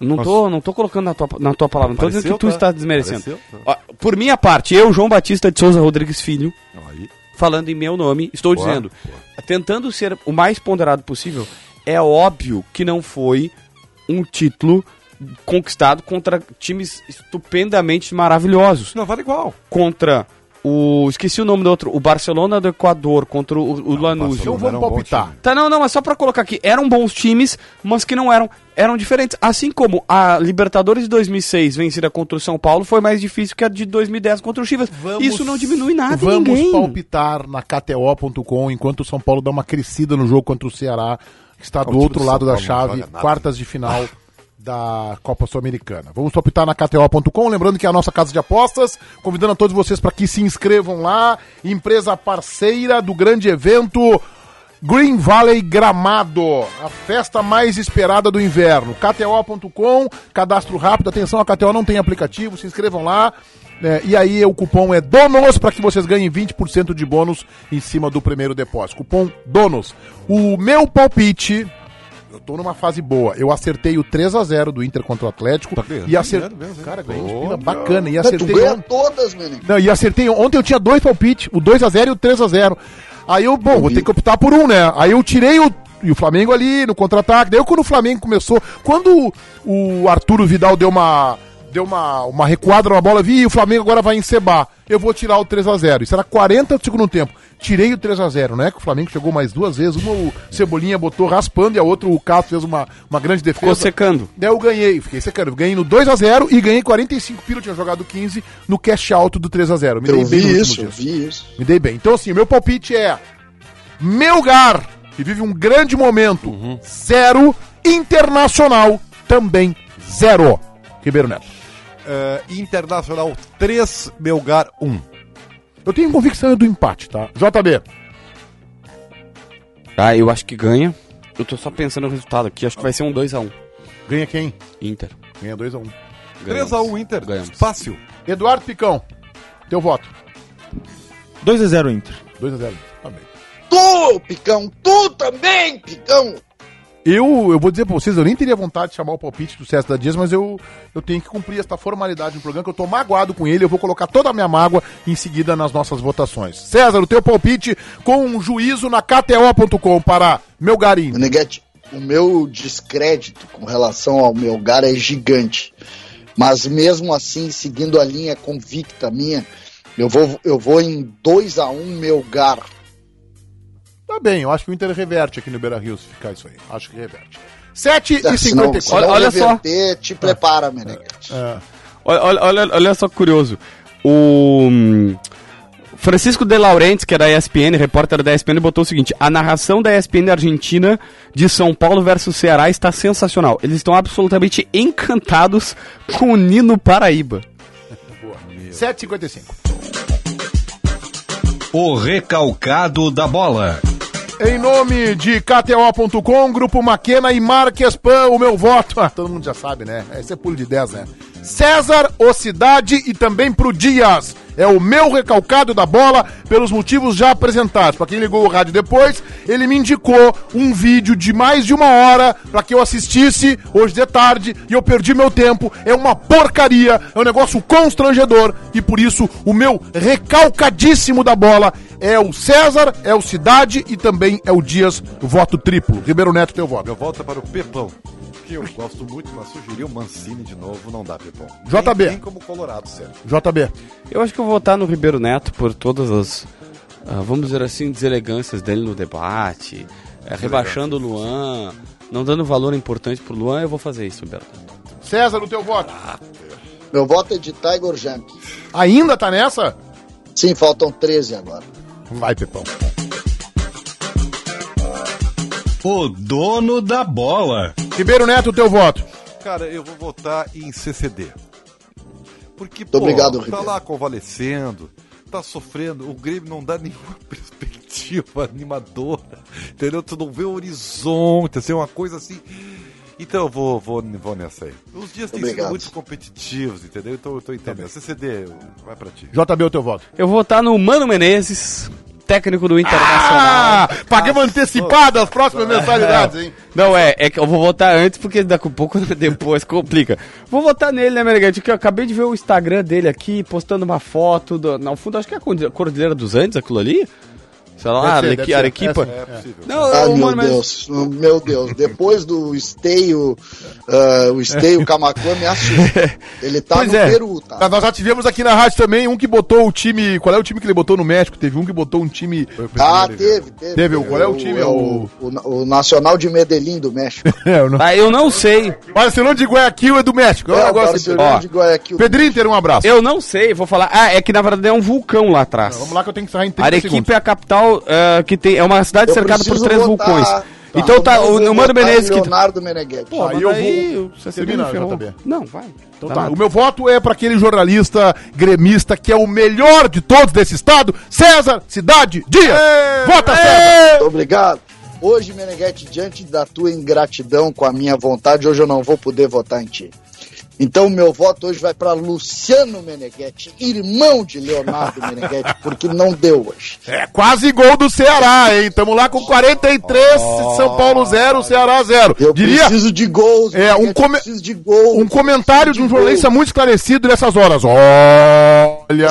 Speaker 2: Não tô, não tô colocando na tua, na tua palavra, não tô
Speaker 3: Apareceu,
Speaker 2: dizendo que tu
Speaker 3: tá?
Speaker 2: está desmerecendo.
Speaker 3: Apareceu, tá?
Speaker 2: Ó, Por minha parte, eu, João Batista de Souza Rodrigues Filho,
Speaker 3: Aí.
Speaker 2: falando em meu nome, estou
Speaker 3: Boa,
Speaker 2: dizendo,
Speaker 3: boa.
Speaker 2: tentando ser o mais ponderado possível, é óbvio que não foi um título conquistado contra times estupendamente maravilhosos.
Speaker 3: Não, vale igual.
Speaker 2: Contra o. Esqueci o nome do outro, o Barcelona do Equador, contra o, o Lanús.
Speaker 3: Barcelona.
Speaker 1: Então vamos
Speaker 3: Era um bom
Speaker 1: palpitar.
Speaker 3: time.
Speaker 2: Tá, não, não, mas só pra colocar aqui, eram bons times, mas que não eram, eram diferentes. Assim como a Libertadores de 2006 vencida contra o São Paulo foi mais difícil que a de 2010 contra o Chivas. Isso não diminui nada em
Speaker 1: Vamos
Speaker 2: ninguém.
Speaker 1: palpitar na KTO.com enquanto o São Paulo dá uma crescida no jogo contra o Ceará, que está do
Speaker 3: time
Speaker 1: outro
Speaker 3: do
Speaker 1: lado
Speaker 3: São
Speaker 1: da
Speaker 3: Paulo não
Speaker 1: chave,
Speaker 3: joga nada.
Speaker 1: quartas de final da Copa Sul-Americana. Vamos palpitar na KTO.com, lembrando que é a nossa casa de apostas, convidando a todos vocês para que se inscrevam lá, empresa parceira do grande evento. Green Valley Gramado, a festa mais esperada do inverno. KTO.com, cadastro rápido. Atenção, a KTO não tem aplicativo, se inscrevam lá. né? e aí o cupom é DONOS para que vocês ganhem 20% de bônus em cima do primeiro depósito. Cupom DONOS. O meu palpite, eu tô numa fase boa. Eu acertei o 3 a 0 do Inter contra o Atlético
Speaker 3: ganhando, tá
Speaker 1: e acertei,
Speaker 3: ganhando mesmo, hein?
Speaker 1: cara, ganhei de
Speaker 3: Pô,
Speaker 1: pila,
Speaker 3: meu.
Speaker 1: bacana e
Speaker 4: tu
Speaker 1: acertei
Speaker 4: ganha
Speaker 1: ontem.
Speaker 4: todas, Meneghete.
Speaker 1: Não, e acertei. Ontem eu tinha dois palpites, o 2x0 e o 3x0. Aí eu, bom, vou ter que optar por um, né? Aí eu tirei o, e o Flamengo ali no contra-ataque. Daí eu, quando o Flamengo começou. Quando o, o Arturo Vidal deu uma. Deu uma, uma recuada na bola, vi e o Flamengo agora vai encebar. Eu vou tirar o 3x0. Isso era 40 do segundo tempo. Tirei o 3x0, né? Que o Flamengo chegou mais duas vezes. Uma o Cebolinha botou raspando e a outra o Cássio fez uma, uma grande
Speaker 2: Ficou
Speaker 1: defesa.
Speaker 2: secando.
Speaker 1: Daí Né, eu ganhei, fiquei secando. Ganhei no 2x0 e ganhei 45 pila. Eu tinha jogado 15 no cash out do 3x0. Me
Speaker 4: Eu
Speaker 1: dei bem
Speaker 4: vi
Speaker 1: no último
Speaker 4: isso, eu
Speaker 1: disso.
Speaker 4: vi isso.
Speaker 1: Me dei bem. Então, assim, o meu palpite é: Melgar, que vive um grande momento, zero. Internacional, também zero. Ribeiro Neto.
Speaker 3: É, Internacional 3, Melgar 1.
Speaker 1: Eu tenho convicção do empate, tá? JB.
Speaker 2: Ah, eu acho que ganha. Eu tô só pensando no resultado aqui, acho que vai ser um 2x1.
Speaker 1: Ganha quem?
Speaker 2: Inter.
Speaker 1: Ganha 2x1.
Speaker 3: 3x1 Inter.
Speaker 2: Ganhamos.
Speaker 3: Fácil.
Speaker 1: Eduardo Picão, teu voto.
Speaker 5: 2 a 0 Inter.
Speaker 1: 2x0. Tá bem.
Speaker 4: Tu, Picão, tu também, Picão!
Speaker 1: Eu, eu vou dizer pra vocês, eu nem teria vontade de chamar o palpite do César da Dias, mas eu, eu tenho que cumprir esta formalidade no programa, que eu tô magoado com ele, eu vou colocar toda a minha mágoa em seguida nas nossas votações. César, o teu palpite com um juízo na KTO.com para meu garim.
Speaker 4: Meneghete, o meu descrédito com relação ao meu cara é gigante. Mas mesmo assim, seguindo a linha convicta minha, eu vou, eu vou em 2 a 1 um, meu gar.
Speaker 1: Tá bem, eu acho que o Inter reverte aqui no Beira Rio se ficar isso aí. Acho que reverte. 7 e
Speaker 4: Se não,
Speaker 1: 54.
Speaker 4: se não
Speaker 2: Olha só. É.
Speaker 4: reverter, te prepara, Meneghete.
Speaker 2: Olha, olha, olha, olha só que curioso. O hum, Francisco De Laurentiis, que é da ESPN, repórter da ESPN, botou o seguinte: a narração da ESPN Argentina de São Paulo versus Ceará está sensacional. Eles estão absolutamente encantados com o Nino Paraíba.
Speaker 1: 7h55.
Speaker 6: O recalcado da bola.
Speaker 1: Em nome de KTO.com, Grupo Maquena e Marques Pan, o meu voto. Ah, todo mundo já sabe, né? Esse é pulo de 10, né? César, o Cidade e também pro Dias. É o meu recalcado da bola pelos motivos já apresentados. Pra quem ligou o rádio depois, ele me indicou um vídeo de mais de uma hora pra que eu assistisse hoje de tarde e eu perdi meu tempo. É uma porcaria, é um negócio constrangedor e por isso o meu recalcadíssimo da bola é o César, é o Cidade e também é o Dias, voto triplo. Ribeiro Neto, teu voto.
Speaker 3: Meu volta para o Pepão. Que eu gosto muito, mas sugeriu Mancini de novo, não dá, Pepão.
Speaker 1: JB.
Speaker 3: Nem, nem como Colorado, sério.
Speaker 1: JB.
Speaker 2: Eu acho que eu vou votar no Ribeiro Neto por todas as, ah, vamos dizer assim, deselegâncias dele no debate, eh, rebaixando o Luan, não dando valor importante pro Luan. Eu vou fazer isso, Ribeiro Neto.
Speaker 1: César, o teu voto.
Speaker 4: Meu voto é de Tiger Junk.
Speaker 1: Ainda tá nessa?
Speaker 4: Sim, faltam 13 agora.
Speaker 1: Vai, Pepão.
Speaker 6: O dono da bola.
Speaker 1: Ribeiro Neto, o teu voto.
Speaker 3: Cara, eu vou votar em CCD. Porque,
Speaker 4: Muito obrigado,
Speaker 3: tá
Speaker 4: Ribeiro.
Speaker 3: lá convalescendo, tá sofrendo, o Grêmio não dá nenhuma perspectiva animadora, entendeu? Tu não vê o horizonte, assim, uma coisa assim. Então eu vou, vou, vou nessa aí. Os dias têm sido
Speaker 4: Obrigado. Tá
Speaker 3: muito competitivos, entendeu? Então eu tô entendendo. CCD, vai pra ti.
Speaker 1: JB, o teu voto.
Speaker 2: Eu vou votar no Mano Menezes, técnico do Internacional.
Speaker 1: Ah, pagamos antecipadas as próximas mensalidades, hein?
Speaker 2: Não, é, é que eu vou votar antes porque daqui a pouco depois complica. Vou votar nele, né, Meneghete? Que eu acabei de ver o Instagram dele aqui, postando uma foto. Do, no fundo, acho que é a Cordi- Cordilheira dos Andes, aquilo ali? Sei lá,
Speaker 1: Deve ser, deve
Speaker 2: Arequi,
Speaker 1: ser.
Speaker 2: Arequipa.
Speaker 3: É possível.
Speaker 2: Não,
Speaker 4: Ah,
Speaker 2: o
Speaker 4: meu
Speaker 2: Mano Menezes.
Speaker 4: Deus, meu Deus. Depois do esteio, ah, o esteio Camacuã me assustou. Ele tá
Speaker 2: Pois
Speaker 4: no
Speaker 2: é.
Speaker 4: Peru, tá?
Speaker 1: Mas Nós já tivemos aqui na rádio também um que botou o time. Qual é o time que ele botou no México? Teve um que botou um time.
Speaker 4: Ah, teve, teve.
Speaker 1: Teve, qual é o time?
Speaker 4: É o, o- o Nacional de Medellín do México.
Speaker 1: É, eu não-
Speaker 2: Ah, eu não sei.
Speaker 1: Barcelona de Guayaquil é do México. É um
Speaker 4: É, o
Speaker 1: negócio assim.
Speaker 4: Barcelona de Guayaquil.
Speaker 1: Ó, Pedrinho, ter um abraço.
Speaker 2: Eu não sei, vou falar. Ah, é que na verdade é um vulcão lá atrás.
Speaker 1: Vamos lá que eu tenho que sair em 30
Speaker 2: Arequipa
Speaker 1: segundos.
Speaker 2: é a capital ah, que tem. É uma cidade
Speaker 4: Eu
Speaker 2: cercada por
Speaker 4: preciso
Speaker 2: três
Speaker 4: votar-
Speaker 2: vulcões. Então tá,
Speaker 4: eu
Speaker 2: o,
Speaker 4: vou
Speaker 2: o Mano
Speaker 4: votar em
Speaker 2: Menezes que.
Speaker 4: Leonardo Meneghetti.
Speaker 1: Pô,
Speaker 2: mas
Speaker 1: aí eu
Speaker 2: daí
Speaker 1: vou-
Speaker 2: o CCB
Speaker 1: Termina,
Speaker 2: me ferrou.
Speaker 1: JB.
Speaker 2: Não, vai.
Speaker 1: Então
Speaker 2: Dá
Speaker 1: tá,
Speaker 2: nada.
Speaker 1: o meu voto é para aquele jornalista gremista que é o melhor de todos desse estado, César Cidade Dias. Vota, César!
Speaker 4: Muito obrigado. Hoje, Meneghetti, diante da tua ingratidão com a minha vontade, hoje eu não vou poder votar em ti. Então, meu voto hoje vai para Luciano Meneghetti, irmão de Leonardo Meneghetti, porque não deu hoje.
Speaker 1: É quase gol do Ceará, hein? Tamo lá com 43, São Paulo 0, Ceará 0.
Speaker 4: Eu
Speaker 1: Diria
Speaker 4: preciso de gols,
Speaker 1: É, um
Speaker 4: Meneghetti, eu
Speaker 1: come-
Speaker 4: preciso de gols.
Speaker 1: um comentário de um jornalista muito esclarecido nessas horas. Olha.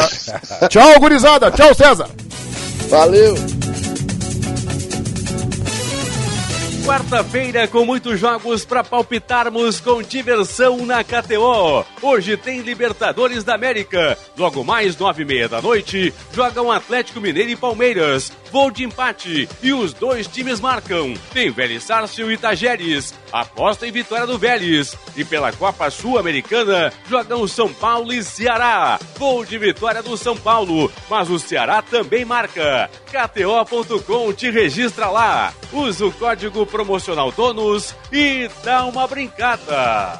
Speaker 1: Tchau, gurizada. Tchau, César.
Speaker 4: Valeu.
Speaker 5: Quarta-feira com muitos jogos para palpitarmos com diversão na KTO. Hoje tem Libertadores da América. Logo mais nove e meia da noite jogam Atlético Mineiro e Palmeiras. Gol de empate e os dois times marcam. Tem Vélez Sárcio e Tajeres. Aposta em vitória do Vélez. E pela Copa Sul-Americana jogam São Paulo e Ceará. Gol de vitória do São Paulo, mas o Ceará também marca. KTO.com te registra lá. Usa o código promocional DONUS e dá uma brincada.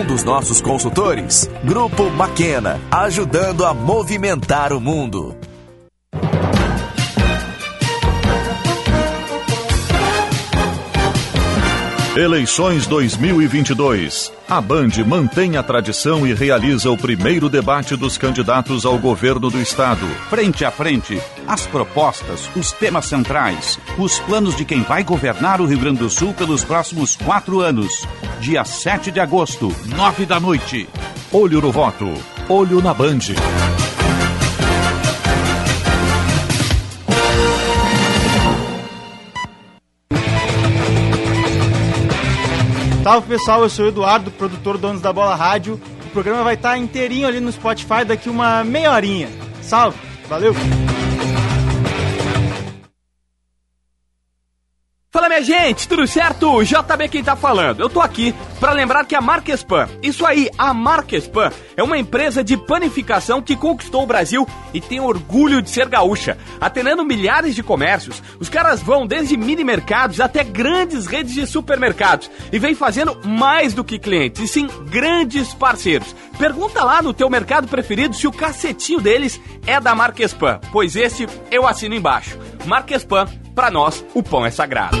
Speaker 7: dos nossos consultores. Grupo Maquena, ajudando a movimentar o mundo.
Speaker 8: Eleições 2022. A Band mantém a tradição e realiza o primeiro debate dos candidatos ao governo do estado.
Speaker 9: Frente a frente, as propostas, os temas centrais, os planos de quem vai governar o Rio Grande do Sul pelos próximos quatro anos. Dia 7 de agosto, nove da noite.
Speaker 8: Olho no voto, olho na Band.
Speaker 10: Salve pessoal, eu sou o Eduardo, produtor do Donos da Bola Rádio. O programa vai estar inteirinho ali no Spotify daqui uma meia horinha. Salve, valeu!
Speaker 2: Fala minha gente, tudo certo? JB quem tá falando. Eu tô aqui pra lembrar que a Marquespan, isso aí, a Marquespan é uma empresa de panificação que conquistou o Brasil e tem orgulho de ser gaúcha, atendendo milhares de comércios. Os caras vão desde mini mercados até grandes redes de supermercados e vem fazendo mais do que clientes, e sim grandes parceiros. Pergunta lá no teu mercado preferido se o cacetinho deles é da Marquespan, pois esse eu assino embaixo. Marquespan, pra nós o pão é sagrado.